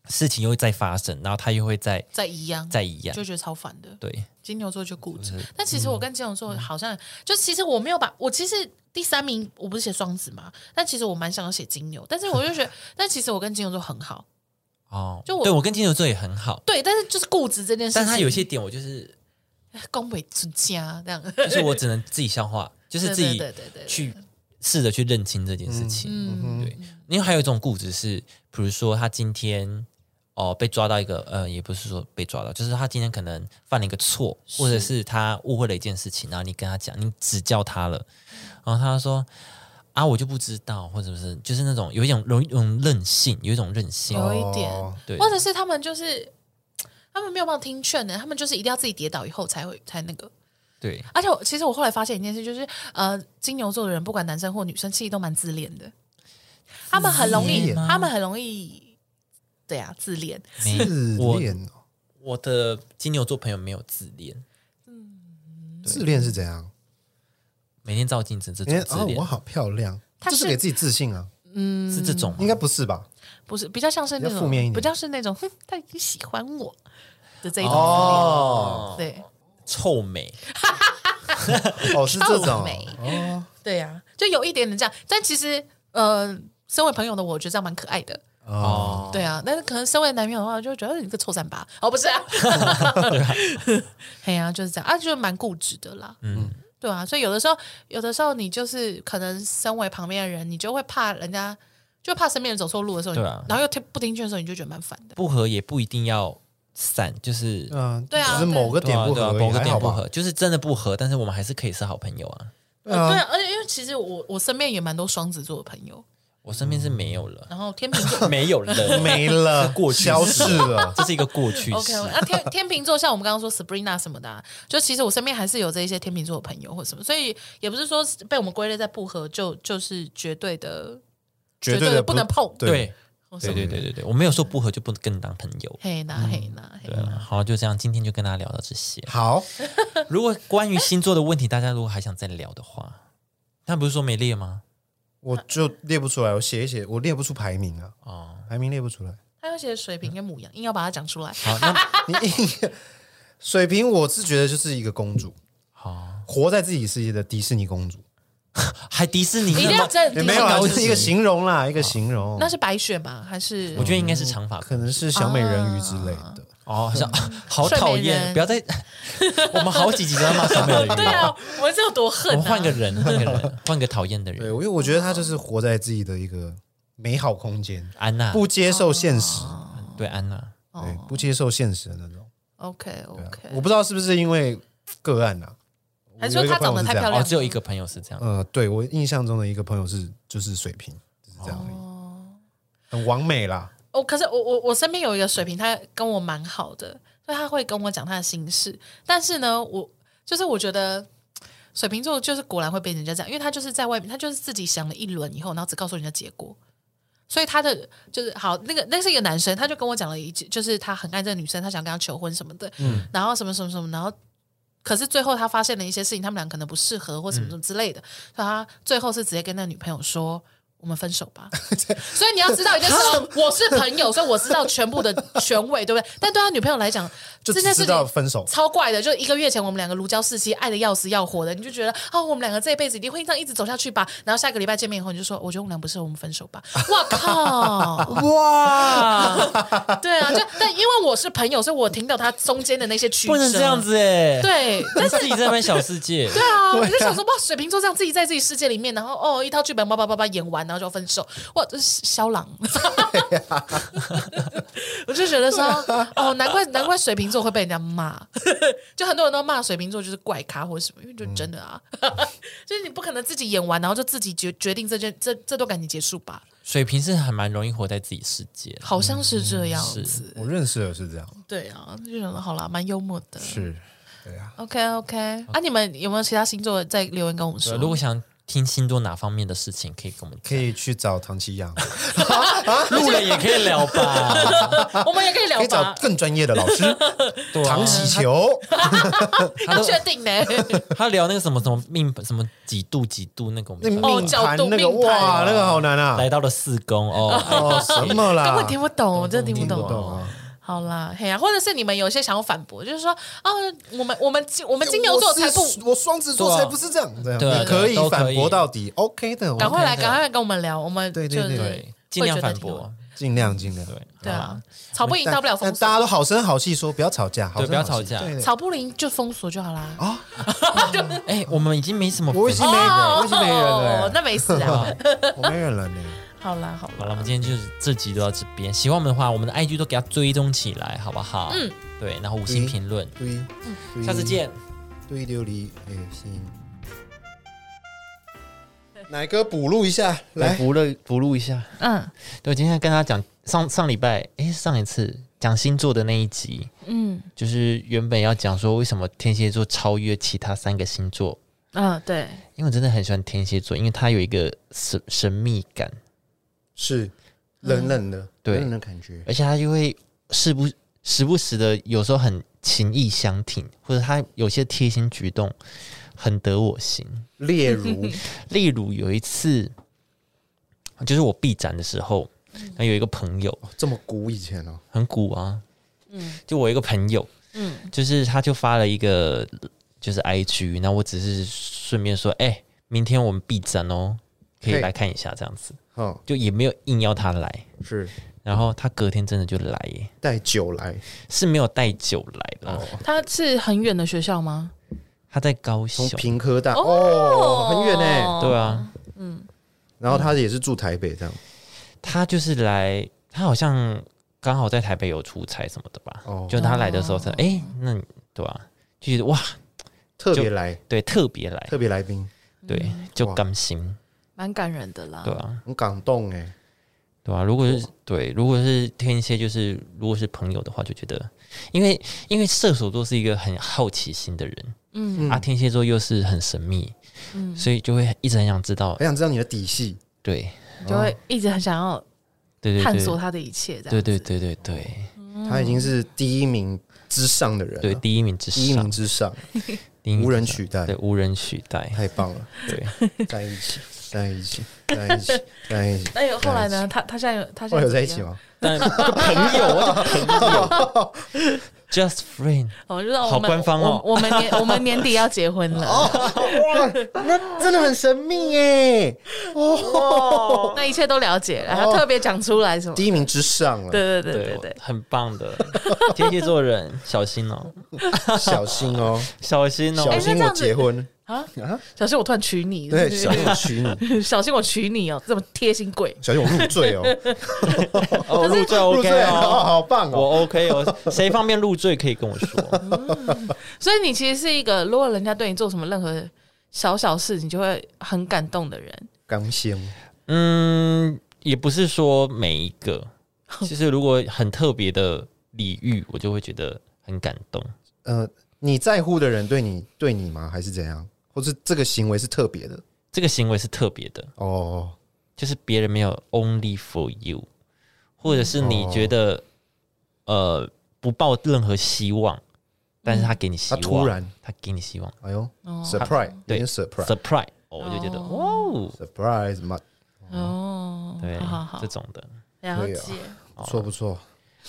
A: 事情又会再发生，然后他又会再
B: 在一样，
A: 再一样嗯
B: 就，觉得超烦的。
A: 对，
B: 金牛座就固执，但其实我跟金牛座好像，就其实我没有把我其实第三名我不是写双子嘛，但其实我蛮想要写金牛，但是 我就觉得，但其实我跟金牛座很好，
A: 哦，
B: 就我
A: 对我跟金牛座也很好，
B: 对，但是就是固执这件事情，
A: 但他有一些点我就是
B: 恭维存家这样，
A: 就是我只能自己消 化，就是自己
B: 对对对对对
A: 去试着去认清这件事情。
B: 嗯
A: 对，因为还有一种固执是，比如说他今天哦被抓到一个呃，也不是说被抓到，就是他今天可能犯了一个错，或者是他误会了一件事情，然后你跟他讲，你指教他了，然后他说。啊，我就不知道，或者是就是那种有一种有一种任性，有一种任性，
B: 有一点
C: 哦，
A: 对
B: 或者是他们就是他们没有办法听劝的，他们就是一定要自己跌倒以后才会才那个，
A: 对，
B: 而且我其实我后来发现一件事，就是呃，金牛座的人不管男生或女生，其实都蛮自恋的，他们很容
C: 自
B: 易，
C: 恋
B: 他们很容易，对啊，自恋。
A: 没
C: 自
A: 我
C: 恋哦，
A: 我的金牛座朋友没有自恋，
C: 自恋是怎样？
A: 每天照镜子这
C: 因为
A: 种自
C: 哦，
A: 恋、
C: 我好漂亮，
B: 他
C: 这是
B: 是
C: 给自己自信啊，
A: 是这种吗，
C: 应该不是 吧？
B: 不是比较像是那
C: 比
B: 种
C: 较负面一点
B: 比较是那种哼，他已经喜欢我的这一种自恋，
C: 哦
B: 对
A: 臭美，
C: 哦，是这
B: 臭
C: 种
B: 美
C: 哦
B: 对呀、啊，就有一点点这样。但其实呃，身为朋友的我，我觉得这样蛮可爱的。
C: 哦，
B: 对啊，但是可能身为男朋友的话，就觉得哎你个臭三八哦，不是啊，
A: 啊
B: 嘿呀、啊，就是这样啊，就是蛮固执的啦，嗯，对啊，所以有的时候，有的时候你就是可能身为旁边的人，你就会怕人家，就怕身边人走错路的时候，
A: 对啊
B: 然后又听不听劝的时候，你就觉得蛮烦的。
A: 不合也不一定要散，就是
C: 嗯，
B: 对啊
C: 只是某个
A: 对
C: 点
A: 啊
C: 不
A: 对啊
C: 合而已，
A: 某个
C: 还好
A: 点不
C: 吧？
A: 合，就是真的不合，但是我们还是可以是好朋友啊。
C: 对
B: 对
C: 啊，
B: 啊，而且因为其实我我身边也蛮多双子座的朋友，
A: 我身边是没有了，
B: 然后天秤 座
A: 没有了，
C: 嗯 没 了，
A: 过去式，
C: 消失 了
A: 这是一个过去式
B: ，OK，那、啊、天天秤座像我们刚刚说 Sabrina 什么的、啊，就其实我身边还是有这一些天秤座的朋友或什么，所以也不是说被我们归类在不合就就是绝对的
C: 绝
B: 对
C: 的
B: 不能碰
A: 对
C: 对
B: 或什
A: 对
B: 么
A: 对对对对，我没有说不合就不跟你当朋友。
B: 嘿呐嘿呐嘿
A: 对
B: 呐，
C: 嗯
A: 啊，好，就这样，今天就跟大家聊到这 些。
C: 好，
A: 如果关于星座的问题，大家如果还想再聊的话，他不是说没列吗？
C: 我就列不出来，我写一写，我列不出排名啊，
A: 哦，
C: 排名列不出来。
B: 他要写水
A: 嗯
B: 瓶跟母羊，硬要把它讲出来。
A: 好，那
C: 你水瓶，我是觉得就是一个公主，
A: 好，
C: 活在自己世界的迪士尼公主，
A: 还迪士尼
B: 一定
A: 那
B: 要
A: 么，
B: 真
C: 也
B: 的
C: 没有
A: 啊
C: 啦，
A: 迪
C: 就
A: 士尼
C: 是一个形容啦，一个形容
B: 那，是白雪吗？还是
A: 我觉得应该是长发
C: 可能是小美人鱼之类
B: 啊
C: 的。
A: 哦，好像好
B: 睡美
A: 讨厌，
B: 人
A: 不要 再，我们好几集都在骂小美人鱼，
B: 对啊，我这有多
A: 我
B: 恨
A: 们
B: 啊
A: 换！个人，换个人，换个讨厌的
C: 对，
A: 人，
C: 因为我觉得她就是活在自己的一个美好空间，
A: 安娜，
C: 不接
B: 哦
C: 受现实，
A: 对安娜，
C: 对，不接受现实的那种。
B: OK
C: 我
B: 哦 OK，
A: 啊
C: 不知道是不是因为个案啊，
B: 还是说她长得太漂亮
A: 哦，只有一个朋友是这样，
C: 呃，对我印象中的一个朋友是就是水瓶，就是这样而已，很完美啦。
B: 哦，可是我我我身边有一个水瓶，他跟我蛮好的，所以他会跟我讲他的心事。但是呢，我就是我觉得。水瓶座就是果然会被人家这样，因为他就是在外面，他就是自己想了一轮以后，然后只告诉人家结果，所以他的就是好，那个那是一个男生，他就跟我讲了一句，就是他很爱这个女生，他想跟她求婚什么的，
C: 嗯
B: 然后什么什么什么，然后可是最后他发现了一些事情，他们俩可能不适合或什
C: 嗯
B: 么什么之类的，所以他最后是直接跟那女朋友说。我们分手 吧。所以你要知道一件事哦，我是朋友，所以我知道全部的全尾，对不对？但对他女朋友来讲，
C: 就
B: 这
C: 只
B: 件事
C: 知
B: 情
C: 道分手，
B: 超怪的，就一个月前我们两个如胶似漆，爱的要死要活的，你就觉得啊、我们两个这一辈子一定会这样一直走下去吧。然后下个礼拜见面以后，你就说，我觉得我们俩不适合，我们分手吧。哇 靠！
A: 哇，
B: 对啊，就但因为我是朋友，所以我听到他中间的那些曲折，
A: 不能这样。子哎、
B: 对，但是
A: 自己在那边小世界，
B: 对啊，我就想说，哇，水瓶座这样自己在自己世界里面，然后哦，一套剧本叭叭叭叭演完，然后就分手，哇，这是肖郎， 我就觉得说，哦，难怪难怪水瓶座会被人家骂， 就很多人都骂水瓶座就是怪咖或者什么，因为就真的啊， 就是你不可能自己演完，然后就自己决决定这件这这段感情结束吧，
A: 水瓶是还蛮容易活在自己世界的。
B: 好像是这样子，
C: 我认识的是这样，
B: 对啊，就觉得好啦，蛮幽默的。
C: 是，对啊，
B: OK OK，啊，你们有没有其他星座在留言跟我们说？
A: 对如果想听星座哪方面的事情，可以跟我们
C: 可以去找唐 奇阳，
A: 路人也可以聊吧。
B: 我们也可以聊
C: 可以
B: 吧
C: 找。更专业的老 师，
A: 对啊
C: 唐喜球，
B: 要确定呢？
A: 他聊那个什么什么命什么几度几度那个，我
C: 那
A: 们
C: 命
B: 哦角
C: 盘
B: 度
C: 那个
B: 命盘
C: 哇，那个好难啊，
A: 来到了四宫哦，
C: 哦什么啦，
B: 根本听不懂，我真的听
C: 听
B: 不
C: 不
B: 懂。
C: 懂啊。
B: 好啦，嘿呀、或者是你们有一些想要反驳，就是说，啊，我们我们我们金牛座才
C: 我是
B: 不，
C: 我双子座
A: 对啊
C: 才不是这样，这样
A: 对啊
C: 你可以
A: 对啊都可
C: 反
A: 以
C: 驳到底，OK 的，
B: 赶快来，
A: 的
B: 赶快来跟我们聊，我们
C: 对
B: 就
C: 对
B: 是
C: 对
A: 对，尽量反驳，，
C: 尽量尽量。
A: 对
B: 对啊，吵不赢
C: 但
B: 到不了
C: 但
B: 封
C: 大家
B: 锁，
C: 都好声好气说不要吵架，好声
A: 对不要
C: 好气
A: 吵架
C: 对
B: 吵不赢就封锁就好啦。
C: 啊，
A: 哎，我们已经没什么粉丝，
C: 我已经没人了，我已经没人
B: 哦，
C: 了
B: 那没事啊。
C: 欸，我没人了呢。
B: 好啦，好
A: 好
B: 啦，
A: 了，我们今天就是这集就到这边。喜欢我们的话，我们的 IG 都给它追踪起来，好不好？嗯，对，然后五星评论，
C: 对，对
B: 嗯
A: 下次，见。
C: 对琉璃，哎，心。奶哥补录一下，来，
A: 补录补录一下。
B: 嗯
A: 对，今天跟他讲上上礼拜，哎，上一次讲星座的那一集，
B: 嗯
A: 就是原本要讲说为什么天蝎座超越其他三个星座，
B: 嗯，对，
A: 因为我真的很喜欢天蝎座，因为它有一个神神秘感，
C: 是冷冷的，
A: 嗯对
C: 冷冷的感 觉，
A: 而且它就会时不时不时的，有时候很情意相挺，或者它有些贴心举动很得我心。
C: 例如，
A: 例如有一次，就是我闭展的时候，那有一个朋友
C: 哦这么古以前哦，
A: 很古啊，嗯，就我一个朋友，
B: 嗯
A: 就是他就发了一个就是 IG，那我只是顺便说，哎、明天我们闭展哦，可以
C: 嘿
A: 来看一下这样子，
C: 哦，
A: 就也没有硬要他来，
C: 是
A: 然后他隔天真的就来耶，
C: 带酒来，
A: 是没有带酒来的，
B: 他是很远的学校吗？
A: 他在高
C: 从
A: 雄，
C: 平科大哦，很远呢。
A: 对啊，
C: 然后他也是住台北这样，
A: 他就是来，他好像刚好在台北有出差什么的吧，
C: 哦
A: 嗯就他来的时候才，哎、那你对啊，就觉得哇，
C: 特别来，
A: 对，特别来，
C: 特别来宾，
B: 嗯
A: 对，就
C: 哇
A: 甘心，
B: 蛮感人的啦。
A: 对啊。
C: 很感动哎。
A: 对啊，如果是对，如果是天蝎，就是如果是朋友的话，就觉得，因为因为射手座是一个很好奇心的人，
B: 嗯
A: 啊，天蝎座又是很神秘，
B: 嗯，
A: 所以就会一直很想知道，
C: 哎很想知道你的底细，
A: 对
B: 就会一直很想要
A: 对对
B: 探
A: 对
B: 索，他的一切，这样
A: 对对
B: 子
A: 对对对
C: 他已经是第一名之上的人了，
A: 对，第一名之
C: 啊第一
A: 上
C: 名，之上，
A: 第一名
C: 无人
A: 之上
C: 取代
A: 对，无人取代，
C: 太棒了，
A: 对，
C: 在一起，在一起，在一起，在一起。
B: 那有哎后来呢？他他现在有他现
C: 后来
B: 在
C: 有在一
B: 怎
C: 起
B: 么样？
C: 吗？
A: 但 就朋友，我就朋友 ，just friend，
B: 哦，就是我
A: 好
B: 们
A: 官方哦
B: 我我们年我们年底要结婚了，
C: 那真的很神秘耶！
B: 那一切都了解了，还特别讲出来什么？
C: 第一名之上了，
B: 对对对对对，
A: 很棒 的天蝎座人，小心哦，
C: 小心 哦，
A: 小心哦，
C: 小心我结婚，
B: 啊！小心我突然娶 你，
C: 对，
B: 是
C: 小
B: 不
C: 心我娶你，
B: 是 小心我娶你哦，这么贴心鬼，
C: 小心我入赘哦，
A: 哦，入赘
C: 入
A: OK
C: 赘哦，
A: 哦。
C: 好棒哦！
A: 我 OK 哦，谁方便入赘可以跟我 说。
B: 所以你其实是一个，如果人家对你做什么任何小小事，你就会很感动的人。
C: 刚先
A: 嗯，也不是说每一 个，就是如果很特别的礼遇，我就会觉得很感动。
C: 呃，你在乎的人对你对你吗？还是怎样？或是这个行为是特别的
A: 这个行为是特别的，
C: 哦？
A: 就是别人没有 only for you，或者是你觉得、
C: 哦
A: 呃不抱任何希望，但是他给你希
C: 他
A: 望，
C: 啊突然，
A: 他给你希望
C: 哎呦，surprise，有
B: 哦
A: 对
C: 点 surprise，surprise
A: ，surprise，哦我就觉得哦，
C: 嘛，
B: 哦，
A: 对，
B: 好好好
A: 这，种的
B: 了
C: 可以啊
B: 解。
C: 不错不错，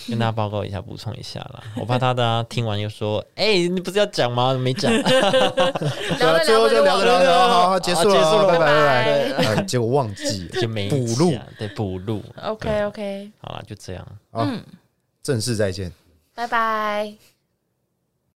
A: 跟大家报告一下，补充一下啦， 我怕大家听完又说，哎、你不是要讲吗？没讲，
B: 聊着
C: 最后
B: 聊着
C: 就哦聊着聊着，好好结束了，
A: 好结束了
C: 拜
B: 拜
C: 拜拜拜，哎结果忘记
A: 就没
C: 补录
A: 讲，对，补录，
B: OK OK，
A: 好了，就这样。
C: 正式再见。
B: 拜拜。